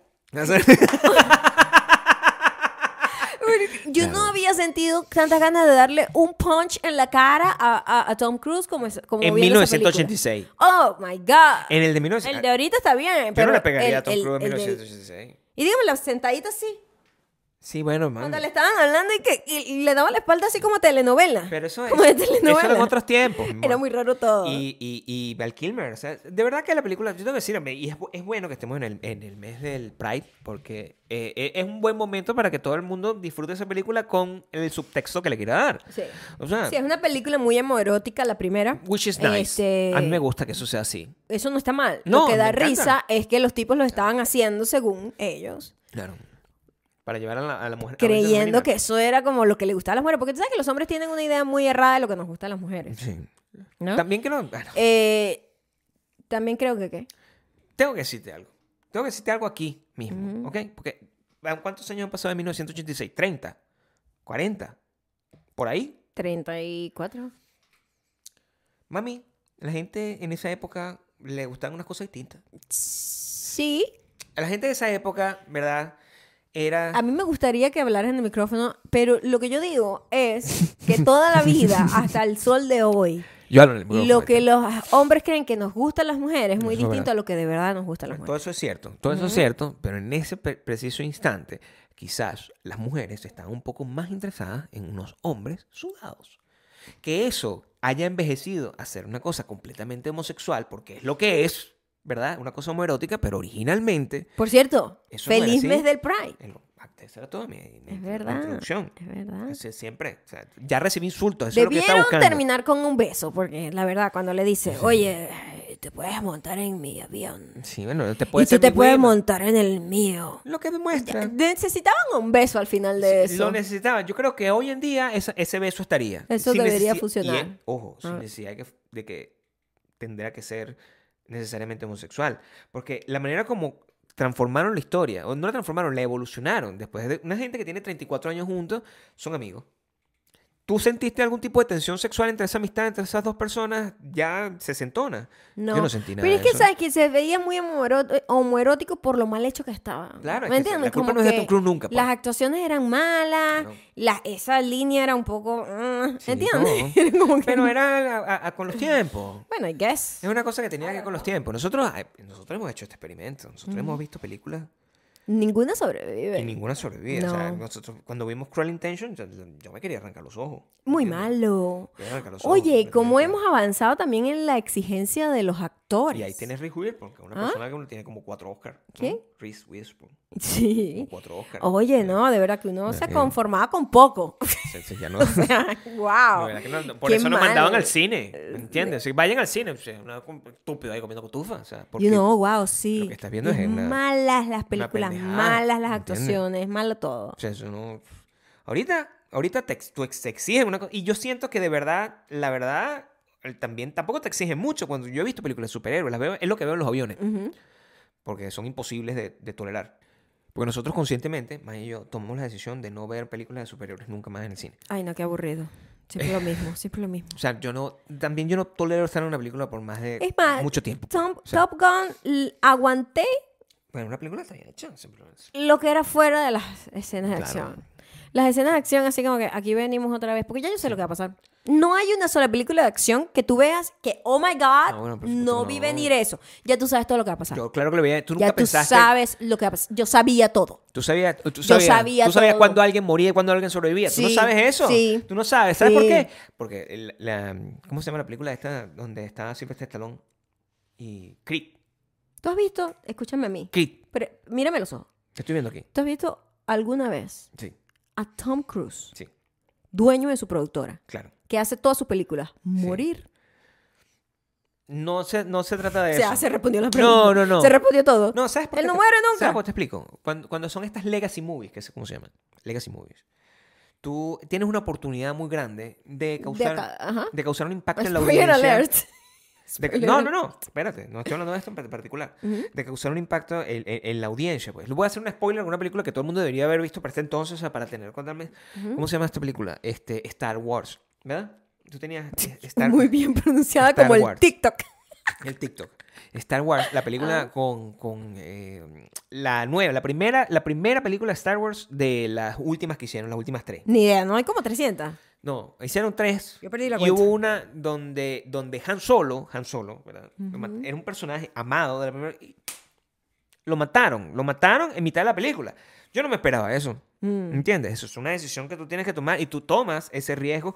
Yo no había sentido tantas ganas de darle un punch en la cara a, a- a Tom Cruise como, es- como
En
viendo esa
1986.
película. Oh, my God.
en el de 1986.
El de ahorita está bien.
Yo
pero
no le pegaría
el-
a Tom
el-
Cruise en
el de-
1986.
Y dígame, la sentadita así.
Sí, bueno, man.
Cuando le estaban hablando y, que, y- y le daba la espalda así como telenovela.
Pero eso,
como
eso,
de
eso
telenovela.
era en otros tiempos. mi amor.
Era muy raro todo.
Y, y, y Val Kilmer, o sea, de verdad que la película, yo tengo que decirme, y es, bu- es bueno que estemos en el, en el mes del Pride, porque eh, eh, es un buen momento para que todo el mundo disfrute esa película con el subtexto que le quiera dar.
Sí.
O sea,
Sí, es una película muy homoerótica la primera.
which is nice.
Este,
A mí me gusta que eso sea así.
Eso no está mal.
No,
Lo que da
me encanta.
risa es que los tipos lo estaban haciendo según ellos,
Claro. Para llevar a la, a la mujer. a la audiencia
creyendo
femenina.
que eso era como lo que le gustaba a las mujeres. Porque tú sabes que los hombres tienen una idea muy errada de lo que nos gusta a las mujeres.
Sí.
¿no?
También ah, que no. bueno,
Eh, también creo que qué.
Tengo que decirte algo. Tengo que decirte algo aquí mismo, ¿ok? Porque ¿a ¿cuántos años han pasado de 1986? ¿30? ¿40? ¿Por ahí?
34.
Mami, la gente en esa época le gustaban unas cosas distintas.
Sí.
A la gente de esa época, ¿verdad? Era...
A mí me gustaría que hablaras en el micrófono, pero lo que yo digo es que toda la vida, hasta el sol de hoy,
Yo hablo en el
lo que los hombres creen que nos gusta a las mujeres es muy
Eso es
distinto
verdad.
a lo que de verdad nos gusta a las
Pues, Todo
mujeres.
eso es cierto, todo eso es cierto, pero en ese pre- preciso instante, quizás las mujeres están un poco más interesadas en unos hombres sudados. Que eso haya envejecido a ser una cosa completamente homosexual, porque es lo que es, ¿verdad? Una cosa homoerótica, pero originalmente.
Por cierto,
Eso no era
feliz
así.
mes del Pride.
en lo- Esa era toda mi, mi- mi
verdad,
introducción.
es verdad.
O sea, siempre. o sea, ya recibí insultos. Eso es lo que estaba
Debieron
buscando.
terminar con un beso, porque la verdad, cuando le dice, oye, te puedes montar en mi avión.
Sí, bueno, te
Y
puede
tú
ser
te
muy
puedes
bueno.
montar en el mío.
Lo que demuestra.
Necesitaban un beso al final de
Sí,
eso.
Lo necesitaba. Yo creo que hoy en día esa- ese beso estaría.
Eso
Sin
debería
necesi- y,
funcionar.
eh, ojo, sin
Ah.
necesidad que- de que tendría que ser necesariamente homosexual. Porque la manera como transformaron la historia, o no la transformaron, la evolucionaron. Después de una gente que tiene 34 años juntos, son amigos. ¿Tú sentiste algún tipo de tensión sexual entre esa amistad, entre esas dos personas? Ya se sentona.
No.
Yo no sentí nada
Pero es
de
que,
eso.
¿sabes? Que se veía muy homoero- homoerótico por lo mal hecho que estaba.
Claro, es
¿Me
que se-
entiendes?
la culpa
Como
no es de
que
Tom Cruise nunca, pues.
Las actuaciones eran malas,
Claro.
la- esa línea era un poco... mm,
Sí,
¿Entiendes?
no.
Era como que-
Pero era a- a- a- con los tiempos.
Bueno, I guess.
Es una cosa que tenía que ver con los tiempos. Nosotros, ay, nosotros hemos hecho este experimento. Nosotros hemos visto películas
Ninguna sobrevive.
y ninguna sobrevive. O sea,
No.
nosotros, cuando vimos Cruel Intention, yo, yo me quería arrancar los ojos.
Muy
¿entiendes?
malo.
Me quería arrancar los ojos,
Oye,
me
como
quería-
hemos avanzado también en la exigencia de los actores.
Y ahí tienes Reese Witherspoon, que es una
¿Ah?
persona que tiene como cuatro Oscars.
¿Quién?
Reese Witherspoon. Como
Sí.
cuatro Oscars.
Oye,
Ya,
no, de verdad que uno se
bien.
conformaba con poco.
se- se- ya no-
o sea, wow.
la verdad que no- por
Qué
eso nos
mal. Eh,
mandaban al cine, ¿me entiendes? Si vayan al cine, o sea, una- un estúpido ahí comiendo cotufa. O sea, ¿por
You
qué?
know, wow, sí.
que estás viendo
Y
es una-
malas las películas,
pendejada,
malas las
¿entiendes?
actuaciones, malo todo.
O sea, eso no. Ahorita, ahorita te, ex- tú ex- te exigen una cosa. Y yo siento que de verdad, la verdad, el- también tampoco te exigen mucho. Cuando yo he visto películas de superhéroes, las veo, es lo que veo en los aviones,
Ujú.
porque son imposibles de, de tolerar. Porque nosotros conscientemente, más y yo, tomamos la decisión de no ver películas de superhéroes nunca más en el cine.
Ay, no, qué aburrido. Siempre lo mismo, siempre lo mismo.
O sea, yo no, también yo no tolero estar en una película por más de
Es más,
mucho tiempo.
Tom-
O sea,
Top Gun l- aguanté
Bueno, una película está bien hecha, simplemente.
lo que era fuera de las escenas de
Claro.
acción. Las escenas de acción, así como que aquí venimos otra vez, porque ya yo sé lo que va a pasar. No hay una sola película de acción que tú veas que, oh my God,
No,
no,
Ah, bueno, por supuesto que
vi
no.
venir eso. Ya tú sabes todo lo que va a pasar.
Yo, claro que lo veía. Tú nunca
ya tú
pensaste.
sabes lo que va a pasar. Yo sabía todo.
Tú sabías, tú
Yo
sabías,
sabía
tú sabías
todo.
cuándo alguien moría y cuándo alguien sobrevivía. tú no
Sí,
sabes eso.
sí.
Tú no sabes. ¿Sabes por
Sí.
qué? Porque el- la, ¿cómo se llama la película esta donde está Silvestre Stallone y Creed?
¿Tú has visto? Escúchame a mí.
Creed.
Pero, mírame los ojos.
Te estoy viendo aquí.
¿Tú has visto alguna vez
Sí,
a Tom Cruise,
sí,
dueño de su productora,
claro.
que hace todas sus películas, morir?
No se, no se trata de
O
eso.
sea, se respondió la pregunta.
no, no.
Se respondió todo.
No, ¿sabes por
Él
qué
no
te-
muere nunca.
¿Sabes por qué te explico? Cuando, cuando son estas legacy movies, que es como se llaman, legacy movies, tú tienes una oportunidad muy grande de causar,
ca- ajá.
de causar un impacto en la
Spoiler
audiencia.
alert.
De que-
Spoiler
no,
alert.
no, no, espérate, no estoy hablando de esto en par- particular. De causar un impacto en, en- en la audiencia, pues. Le voy a hacer un spoiler de una película que todo el mundo debería haber visto para este entonces, o sea, para tener. Contarme, ¿Cómo se llama esta película? Este, Star Wars, ¿verdad? Tú tenías eh, Star
Muy bien pronunciada
Star
como el
Wars.
TikTok.
el TikTok. Star Wars, la película
Ah.
con, con eh, la nueva, la primera, la primera película de Star Wars de las últimas que hicieron, las últimas tres.
Ni idea, no hay como 300.
No, hicieron tres.
Yo perdí la
y
cuenta.
hubo una donde, donde Han Solo, Han Solo, ¿verdad? Lo mat- Era un personaje amado de la primera. y lo mataron, lo mataron en mitad de la película. Yo no me esperaba eso.
Mm.
¿Entiendes? Eso es una decisión que tú tienes que tomar y tú tomas ese riesgo.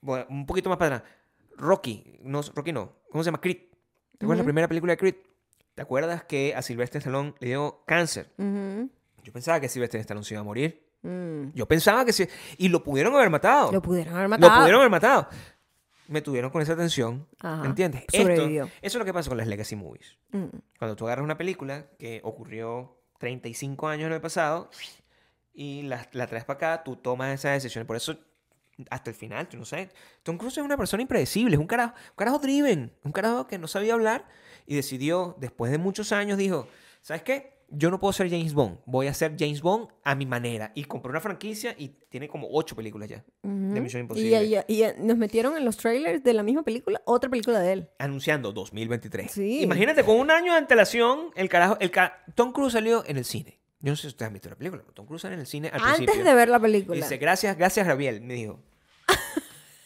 Bueno, un poquito más para atrás. Rocky, no, Rocky no. ¿Cómo se llama? Creed. ¿Te acuerdas la primera película de Creed? ¿Te acuerdas que a Sylvester Stallone le dio cáncer?
Ujú.
Yo pensaba que Sylvester Stallone se iba a morir.
Mm.
Yo pensaba que sí. Y lo pudieron haber matado.
Lo pudieron haber
Lo
matado.
pudieron haber matado. Me tuvieron con esa tensión.
Ajá.
¿Me entiendes?
Sobrevivió.
Esto, eso es lo que pasa con las legacy movies.
Mm.
Cuando tú agarras una película que ocurrió 35 años en el pasado y la, la traes para acá, tú tomas esas decisiones. Por eso, hasta el final, tú no sabes. Tom Cruise es una persona impredecible, es un carajo, un carajo driven, un carajo que no sabía hablar y decidió, después de muchos años, dijo, ¿sabes qué? Yo no puedo ser James Bond, voy a ser James Bond a mi manera. Y compró una franquicia y tiene como ocho películas ya de Misión
Y,
Imposible.
ahí- y ahí nos metieron en los trailers de la misma película, otra película de él.
anunciando 2023.
Sí.
Imagínate, con un año de antelación, el carajo, el ca- Tom Cruise salió en el cine. Yo no sé si ustedes han visto la película, pero Tom Cruise sale en el cine al
Antes
principio.
de ver la película.
Dice, gracias, gracias, Gabriel, me dijo.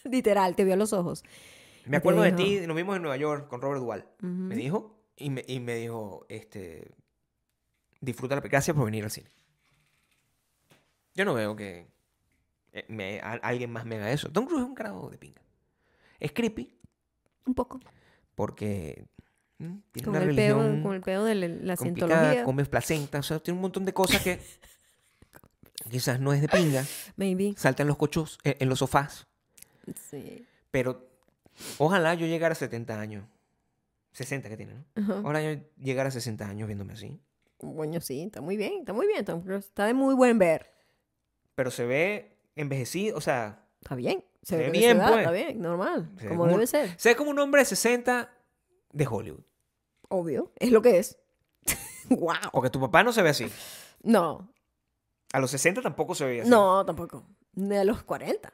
Literal, te vio a los ojos.
Me acuerdo de
dijo.
ti, nos vimos en Nueva York con Robert Duvall. Me dijo, y me, y me dijo, este, disfruta la película, gracias por venir al cine. Yo no veo que eh, me- a- alguien más me haga eso. Tom Cruise es un carajo de pinga. Es creepy
Un poco.
porque mm, tiene
Con
una
el, peo,
religión
con el peo de la- la
complicada,
cientología.
come placenta, o sea, tiene un montón de cosas que quizás no es de pinga.
Maybe.
Salta en los cochos, eh, en los sofás,
Sí.
pero ojalá yo llegara a 70 años. 60 que tiene, ¿no?
Ajá.
Ahora yo llegara a 60 años viéndome así.
Bueno, sí, está muy bien, está muy bien Tom Cruise. Está de muy buen ver.
Pero se ve envejecido, o sea,
Está bien. Se
Se
ve
ve
con
bien,
su edad,
pues.
Está bien, normal.
Se ve
como
como-
debe ser.
se ve como un hombre de 60 de Hollywood.
Obvio. Es lo que es. wow.
O que tu papá no se ve así.
No,
A los 60 tampoco se veía así.
no, tampoco. Ni a los 40.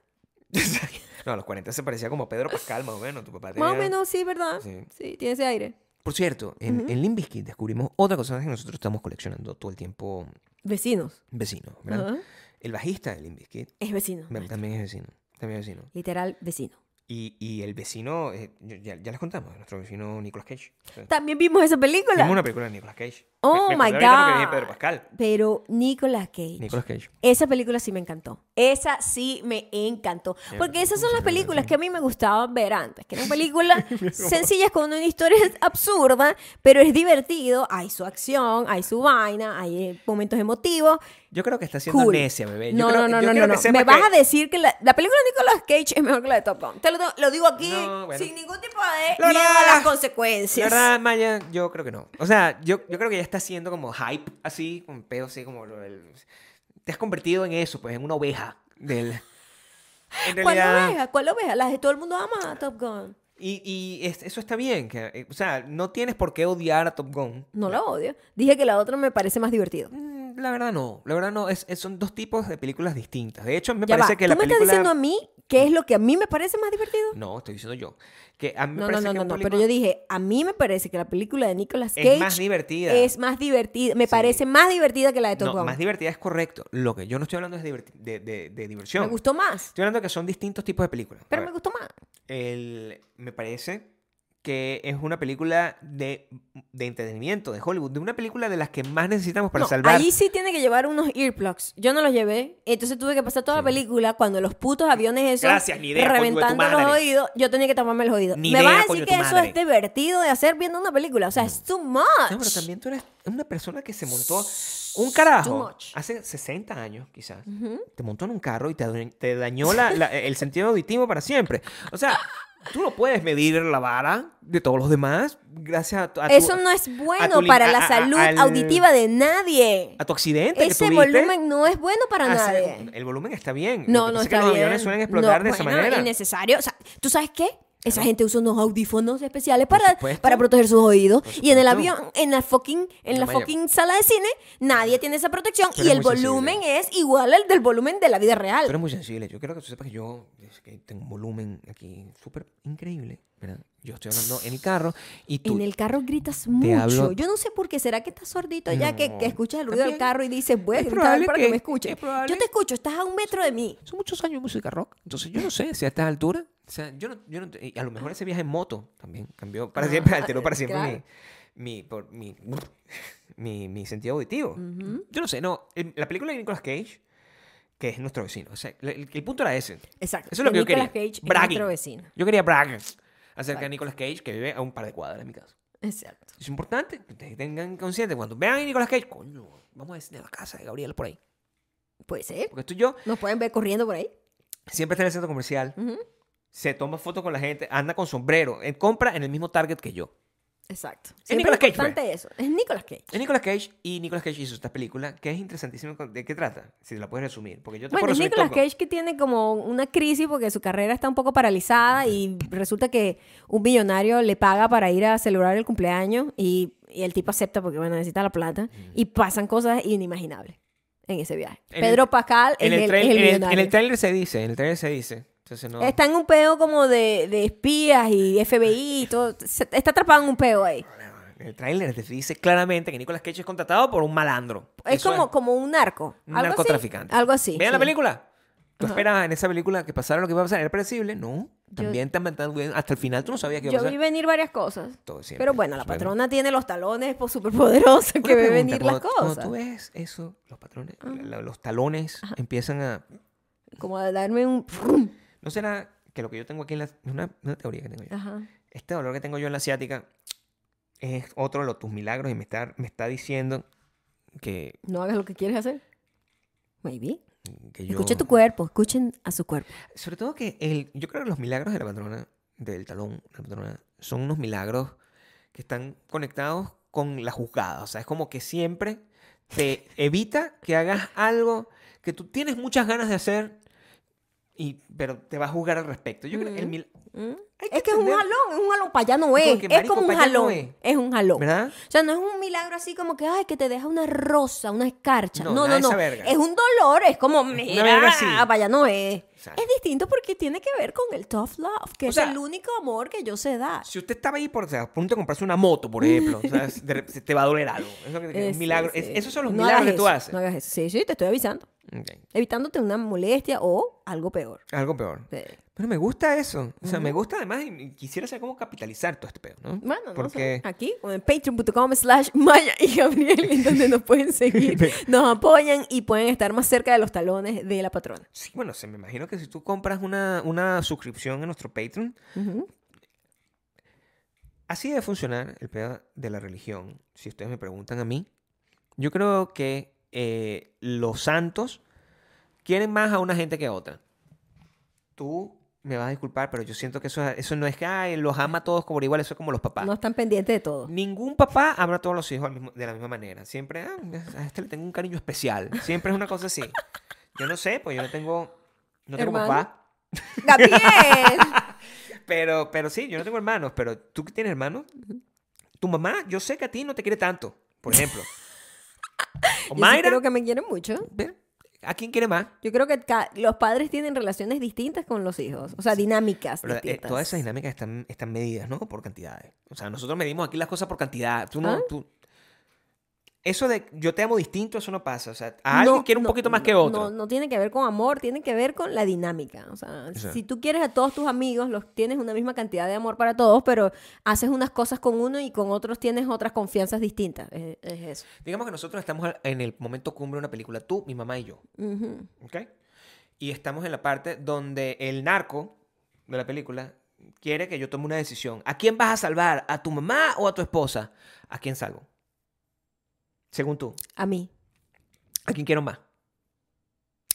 no, a los 40 se parecía como Pedro Pascal, más o menos. Tu papá
Más o
tenía-
menos, sí, ¿verdad? Sí,
Sí.
tiene ese aire.
Por cierto, en, en Limp Bizkit descubrimos otra cosa que nosotros estamos coleccionando todo el tiempo
Vecinos.
vecinos, ¿verdad?
Ajá.
El bajista de Limp Bizkit
Es vecino.
me- también es vecino. También es vecino.
Literal, vecino.
Y, y el vecino, eh, yo- ya, ya les contamos, nuestro vecino Nicolas Cage. Sí.
También vimos esa película.
Vimos una película de Nicolas Cage.
Oh,
acordé
my
ahorita porque dije
God.
Pedro Pascal.
Pero Nicolas Cage.
Nicolas Cage.
Esa película sí me encantó. Esa sí me encantó. Porque esas son las películas que a mí me gustaban ver antes. Que eran películas sencillas con una historia absurda, pero es divertido. Hay su acción, hay su vaina, hay eh, momentos emotivos.
Yo creo que está siendo
Cool.
necia, bebé. Yo
No,
creo-
no, no,
yo
no,
quiero
no,
que
no.
sepa
Me vas
que-
a decir que la, la película de Nicolas Cage es mejor que la de Top Gun. Te lo, lo digo aquí
No, bueno.
sin ningún tipo de
La
miedo
verdad-
a las
La
consecuencias.
verdad, Maya, yo creo que no. O sea, yo, yo creo que ya está siendo como hype, así, un pedo así, como lo del- Te has convertido en eso, pues, en una oveja del... En
¿Cuál
realidad...
oveja? ¿Cuál oveja? Las de todo el mundo ama a Top Gun.
Y, y es- eso está bien, que, eh, o sea, no tienes por qué odiar a Top Gun.
No la odio. Dije que la otra me parece más divertida.
Mm, La verdad no, la verdad no, es, es- son dos tipos de películas distintas. De hecho, me
Ya
parece
va,
que
¿Tú
la
me
película...
estás diciendo a mí qué es lo que a mí me parece más divertido?
No, estoy diciendo yo. Que a mí me
No, no,
parece
no,
que
no,
la
no, pero
película
yo dije, a mí me parece que la película de Nicolas
Es
Cage
más divertida.
es más divertida, me
Sí.
parece más divertida que la de Top
No,
Gun.
más divertida es correcto. Lo que yo no estoy hablando es diverti- de, de- de diversión.
me gustó más,
Estoy hablando que son distintos tipos de películas. A
pero
ver,
me gustó más.
el- me parece que es una película de, de entretenimiento, de Hollywood, de una película de las que más necesitamos para
No,
salvar.
Allí sí tiene que llevar unos earplugs. Yo no los llevé. Entonces tuve que pasar toda la película cuando los putos aviones esos
Gracias, ni idea, coño de tu
reventando los
madre.
oídos. Yo tenía que taparme los oídos.
Ni
Me
idea,
vas a
coño
decir
de tu
que eso
madre.
es divertido de hacer viendo una película. O sea, es too much.
No, pero también tú eres una persona que se montó un carajo
much.
hace 60 años, quizás. Te montó en un carro y te, adue- te dañó la- la- el sentido auditivo para siempre. O sea, tú no puedes medir la vara de todos los demás gracias a, tu- a tu-
Eso no es bueno
lim-
para
a-
la
a-
salud
al-
auditiva de nadie.
a tu accidente que
Ese
tuviste.
volumen no es bueno para
Hace-
nadie.
El volumen está bien.
No,
Lo que
no
pasa es
está
que los
bien.
aviones suelen explotar
No,
de esa
bueno,
manera.
innecesario. O sea, ¿tú sabes qué? Esa gente usa unos audífonos especiales para,
supuesto.
para proteger sus oídos. Y en el
supuesto.
avión, en la fucking, en
No,
la
Maya.
fucking sala de cine, nadie tiene esa protección. y
Tú
el
eres muy sensible.
volumen es igual al del volumen de la vida
Tú
real.
eres muy sensible. Yo quiero que tú sepas que yo es que tengo un volumen aquí súper increíble. ¿verdad? Yo estoy hablando en el carro y tú...
En el carro gritas mucho.
hablo-
Yo no sé por qué. ¿Será que estás sordito ya que,
No.
que escuchas el ruido del
También
carro y dices, voy a
es
gritar
probable
para que,
que-
me escuche?
es probable.
Yo te escucho, estás a un metro de mí.
son muchos años de música rock. Entonces yo no sé si a estas alturas. O sea, yo no, yo no- y a lo mejor ese viaje en moto también cambió para
Ah,
siempre, alteró para siempre
claro.
mi, mi, por- mi, mi- mi sentido auditivo. Yo no sé, no. el- la película de Nicolas Cage, que es nuestro vecino. O sea, el, el- el punto era ese.
Exacto.
Eso es lo que
De
yo quería.
Nicolas Cage es
Bragging.
nuestro vecino.
Yo quería bragging acerca de Nicolas Cage, que vive a un par de cuadras de mi casa.
Exacto.
Es importante que ustedes tengan consciente cuando vean a Nicolas Cage, coño, vamos a decir de la casa de Gabriel por ahí.
Puede ser.
Porque estoy yo
Nos pueden ver corriendo por ahí.
siempre está en el centro comercial, se toma fotos con la gente, anda con sombrero, eh, compra en el mismo target que yo.
Exacto.
Es
Siempre
Nicolas Cage,
importante eso. pues. Es Nicolas Cage.
Es Nicolas Cage y Nicolas Cage hizo esta película que es interesantísima. ¿De qué trata? Si la puedes resumir. Porque yo te
Bueno,
puedo
es
resumir
Nicolas
todo con-
Cage que tiene como una crisis porque su carrera está un poco paralizada y resulta que un millonario le paga para ir a celebrar el cumpleaños y, y el tipo acepta porque, bueno, necesita la plata y pasan cosas inimaginables en ese viaje.
En
Pedro
el-
Pascal es
En el,
el,
trail-
es el
en el- en el
millonario.
trailer se dice, en el trailer se dice. Entonces no.
Está en un peo como de, de espías y FBI y todo. Se- está atrapado en un peo ahí.
En el trailer se dice claramente que Nicolas Cage es contratado por un malandro.
Es
Eso
como, como un narco.
un
algo así.
narcotraficante.
Algo así.
Vean la
sí.
película. ¿Tú esperabas en esa película que pasara lo que iba a pasar? ¿Era predecible? No.
Yo-
También te han metido bien. Hasta el final tú no sabías que iba a
Yo
pasar.
vi venir varias cosas.
Todo siempre,
Pero bueno, la
siempre.
patrona tiene los talones pues, superpoderosos que
Una
ve
pregunta,
venir las
cuando- Cuando
cosas.
tú ves eso, los patrones, la- la- los talones empiezan a
Como a darme un... ¡frum!
¿No será que lo que yo tengo aquí en la... Una, una teoría que tengo yo.
Ajá.
Este dolor que tengo yo en la asiática es otro de los tus milagros y me está, me está diciendo que,
No hagas lo que quieres hacer. Maybe.
que yo...
Escucha tu cuerpo. Escuchen a su cuerpo.
Sobre todo que el, yo creo que los milagros de la patrona, del talón, de la patrona, son unos milagros que están conectados con la juzgada. O sea, es como que siempre te evita que hagas algo que tú tienes muchas ganas de hacer, y, pero te va a juzgar al respecto. Yo creo que el mil-
¿Mm?
hay
Es que es un
entender,
jalón. Es un jalón para allá no
Es como
es.
que,
Es
marico,
como un
pa' allá no
jalón.
es.
Es un jalón.
¿Verdad?
O sea, no es un milagro así como que, ay, que te deja una rosa, una escarcha.
No,
No,
nada
no,
de
no.
esa verga.
Es un dolor, es como,
verga
mira,
así".
para allá no es.
Exacto.
Es distinto porque tiene que ver con el tough love, que
O
es
sea,
el único amor que yo sé dar.
Si usted estaba ahí por, o sea, a punto de comprarse una moto, por ejemplo, o sea, de rep- se te va a doler algo. Eso que- que es
Eh, Sí,
un milagro.
sí.
es- esos son los
No
milagros
hagas
que tú
eso,
haces.
No hagas eso. Sí, sí, te estoy avisando.
Ok.
Evitándote una molestia o algo peor. Eh,
Algo peor.
Sí.
Pero me gusta eso. O sea, me gusta además y- y quisiera saber cómo capitalizar todo este pedo, ¿no?
Bueno, no
Porque
sé. Aquí, o en patreon.com slash Maya y Gabriel, en donde nos pueden seguir, nos apoyan y pueden estar más cerca de los talones de la patrona.
Sí, bueno, se me imagino que si tú compras una, una suscripción en nuestro Patreon,
Ujú.
así debe funcionar el pedo de la religión. Si ustedes me preguntan a mí, yo creo que eh, los santos quieren más a una gente que a otra. Tú me vas a disculpar, pero yo siento que eso, eso no es que ay, los ama a todos como por igual, eso es como los papás.
No están pendientes de todo.
Ningún papá ama a todos los hijos al mismo- de la misma manera. Siempre, "Ah, a este le tengo un cariño especial. Siempre es una cosa así. Yo no sé, pues yo no tengo, no tengo
Hermano.
papá.
¡Gabriel!
Pero, pero sí, yo no tengo hermanos, pero tú que tienes hermanos, tu mamá, yo sé que a ti no te quiere tanto, por ejemplo. O
Yo sí
Mayra,
creo que me quieren mucho.
ve, ¿a quién quiere más?
Yo creo que ca- los padres tienen relaciones distintas con los hijos. O sea, dinámicas
Pero, eh,
distintas.
todas esas dinámicas están, están medidas, ¿no? Por cantidades. O sea, nosotros medimos aquí las cosas por cantidad. Tú no,
¿Ah?
tú... Eso de yo te amo distinto, eso no pasa. O sea, a alguien
No,
quiere un
no,
poquito más
no,
que otro.
No, no tiene que ver con amor, tiene que ver con la dinámica. O sea,
Exacto.
si tú quieres a todos tus amigos, los tienes una misma cantidad de amor para todos, pero haces unas cosas con uno y con otros tienes otras confianzas distintas. Es, es eso.
Digamos que nosotros estamos al- en el momento cumbre de una película, tú, mi mamá y yo.
Ujú.
¿Ok? Y estamos en la parte donde el narco de la película quiere que yo tome una decisión. ¿A quién vas a salvar? ¿A tu mamá o a tu esposa? ¿A quién salvo? Según tú,
A mí,
¿a quién quiero más?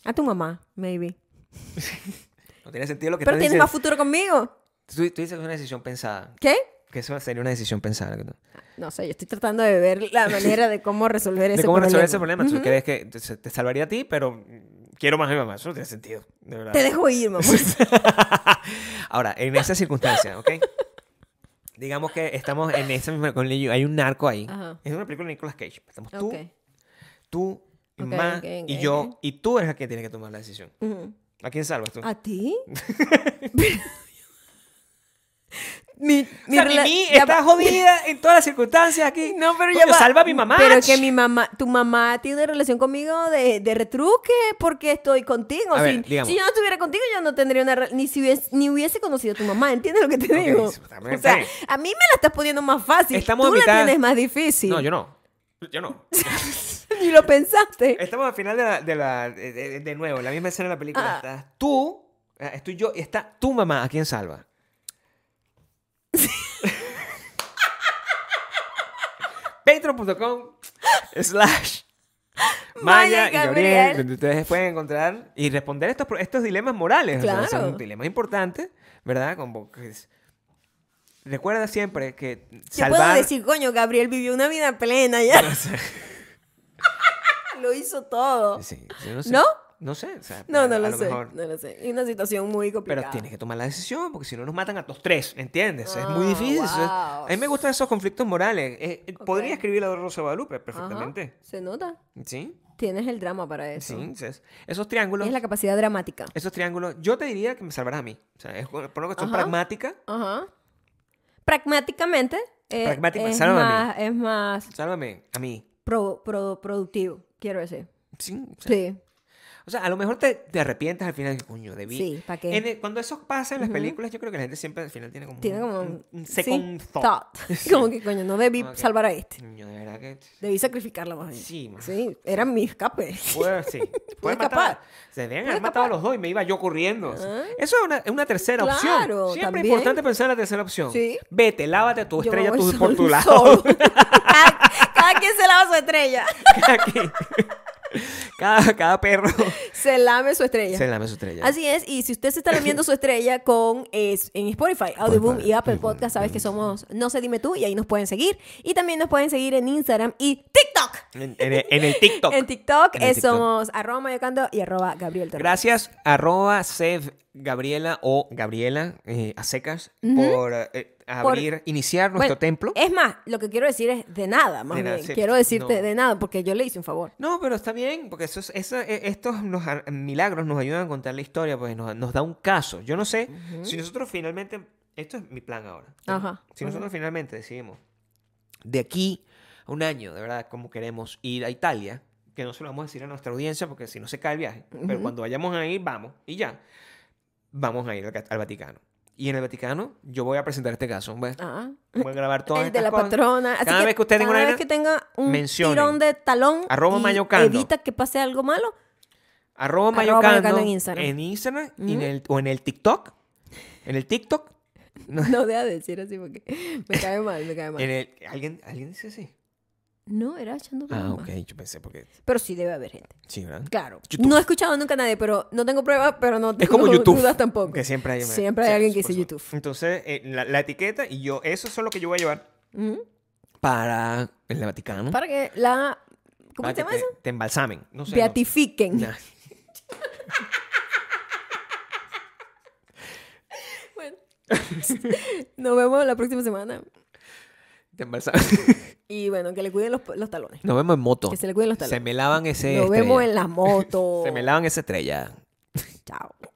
a tu mamá, maybe.
No tiene sentido lo que
Pero
estás
tienes más
diciendo.
futuro conmigo.
Tú, tú dices que es una decisión pensada.
¿Qué?
Que eso sería una decisión pensada. que tú-
No sé, yo estoy tratando de ver la manera de cómo resolver ese
De cómo
problema.
resolver ese problema. Tú
Ujú.
crees que te, te salvaría a ti, pero mm, quiero más a mi mamá. Eso no tiene sentido. De verdad.
Te dejo ir, mamá.
Ahora, en esa circunstancia, ¿ok? Digamos que estamos en esa misma con Lillo, Hay un narco ahí.
Ajá.
Es una película de Nicolas Cage. Estamos tú,
Ok.
tú, mi
Ok,
mamá
ok, ok,
y yo.
ok. Ah,
Y tú eres la que tiene que tomar la decisión.
Ujú.
¿A quién salvas tú?
¿A ti? mi,
O sea,
rela-
Mimi
ya
está
va-
jodida en todas las circunstancias aquí.
No, pero
Coño,
ya va.
salva a mi mamá.
Pero que
ch-
mi mamá, tu mamá tiene relación conmigo de, de retruque porque estoy contigo.
A
si,
ver, digamos.
si yo no estuviera contigo, yo no tendría una re- ni si hubiese, ni hubiese conocido a tu mamá. ¿Entiendes lo que te
Ok,
digo?
sí, pues, también
O sea,
está bien.
a mí me la estás poniendo más fácil.
Estamos
Tú
a mitad-
la tienes más difícil.
No, yo no. Yo no.
Ni lo pensaste.
Estamos al final de la, de la- de- de- de nuevo, la misma escena de la película.
Ah.
Estás tú, eh, estoy yo, y está tu mamá. ¿A quién salva? Patreon.com slash
Maya
Maya y
Gabriel.
Gabriel, donde ustedes pueden encontrar y responder estos, pro- estos dilemas morales. O sea,
Claro.
son dilemas importantes, ¿verdad? Como que es- recuerda siempre que
Yo
salvar...
puedo decir, coño, Gabriel vivió una vida plena ya. lo hizo todo.
Sí, yo no, sé.
¿No?
No sé. o sea,
No,
a-
no
a
lo sé.
mejor-
No lo sé. Es una situación muy complicada.
Pero tienes que tomar la decisión, porque si no nos matan a los tres, ¿entiendes? es muy
Ah,
difícil. eso es-
wow.
A mí me gustan esos conflictos morales. Eh, eh, Podría
Ok.
escribir la de Rosa Guadalupe
Ajá,
perfectamente.
Se nota.
Sí,
Tienes el drama para eso.
sí. es- Esos triángulos,
Tienes la capacidad dramática.
esos triángulos, yo te diría que me salvarás a mí. O sea, es por una cuestión
Ajá.
pragmática,
Ajá. Pragmáticamente. eh,
Pragmática,
es,
sálvame a mí.
más, es más
sálvame a mí.
pro- pro- productivo, quiero decir.
Sí, o sea,
Sí.
O sea, a lo mejor te, te arrepientes al final, coño, debí.
Sí, ¿para qué?
En el- cuando eso pasa en las
Ujú.
películas, yo creo que la gente siempre al final tiene como,
Tiene
un,
como
un- un
sí,
second thought. Sí.
Como que, coño, no debí
Como que-
salvar a este.
Coño, de verdad que...
Debí sacrificarla más bien.
Sí, man.
Sí, era mi escape.
Puede, sí.
Puede
Puede
escapar.
matar. Se deben
Puede
haber matado a
escapar.
los dos y me iba yo corriendo.
Ah.
Eso es una, es una tercera
Claro,
opción. Siempre es
también.
importante pensar en la tercera opción.
Sí.
Vete, lávate tu
Yo me
estrella
voy
tú
sol-
por tu lado.
solo. cada, cada quien se lava su estrella.
cada, quien- cada- cada perro
Se lame su estrella.
se lame su estrella.
Así es, y si usted se está lamiendo su estrella con es- en Spotify, Audioboom y Apple Podcast, sabes que somos No sé dime tú y ahí nos pueden seguir. Y también nos pueden seguir en Instagram y TikTok.
En, en el- en el TikTok.
En TikTok
En el
eh,
TikTok.
somos arroba mayocando y arroba Gabriel Torres.
Gracias, arroba Sev Gabriela o Gabriela eh, a secas por eh, abrir, iniciar nuestro
Bueno,
templo.
Es más, lo que quiero decir es de nada, más
De nada,
bien.
sí,
Quiero decirte
no.
de nada, porque yo le hice un favor.
No, pero está bien, porque eso es- esa- e- estos nos a- milagros nos ayudan a contar la historia, porque nos, nos da un caso. Yo no sé si nosotros finalmente, esto es mi plan ahora.
Ajá,
Si nosotros finalmente decidimos de aquí a un año, de verdad, como queremos ir a Italia, que no se lo vamos a decir a nuestra audiencia, porque si no se cae el viaje, pero cuando vayamos ahí, vamos, y ya, vamos a ir al, al Vaticano. Y en el Vaticano yo voy a presentar este caso. Voy a,
Ah,
voy a grabar todas
el de
estas
la
cosas.
patrona. Así
Cada vez que usted tenga
cada
una
vez
vaina,
que tenga un
mencionen.
tirón de talón,
Arroba
y
Mayocando.
evita que pase algo malo.
Arroba
Arroba
Mayocando,
Mayocando en
en
Instagram.
Instagram. y en el, o en el TikTok. En el TikTok. No,
No deja de decir así porque me cae mal, me cae mal.
en el, ¿alguien, ¿Alguien dice así?
No, era echando
Ah,
broma.
ok. Yo pensé porque...
Pero sí debe haber gente.
Sí, ¿verdad?
Claro.
YouTube.
No he escuchado nunca a nadie, pero no tengo pruebas, pero no tengo
Es como YouTube.
dudas tampoco.
Que siempre hay,
Siempre hay alguien que
por
dice
supuesto.
YouTube.
Entonces, eh, la, la etiqueta y yo... Eso es lo que yo voy a llevar
Ujú.
para el Vaticano.
Para que la... ¿Cómo se
Para Ah, que
llama
te,
eso?
Te embalsamen. No sé. no.
Beatifiquen.
Nah.
Bueno. Nos vemos la próxima semana.
Te embalsamen.
Y bueno, que le cuiden los, los talones.
Nos vemos en moto.
Que se le cuiden los
Se
talones.
me lavan ese
Nos vemos
estrella.
en las motos.
Se me lavan esa estrella.
Chao.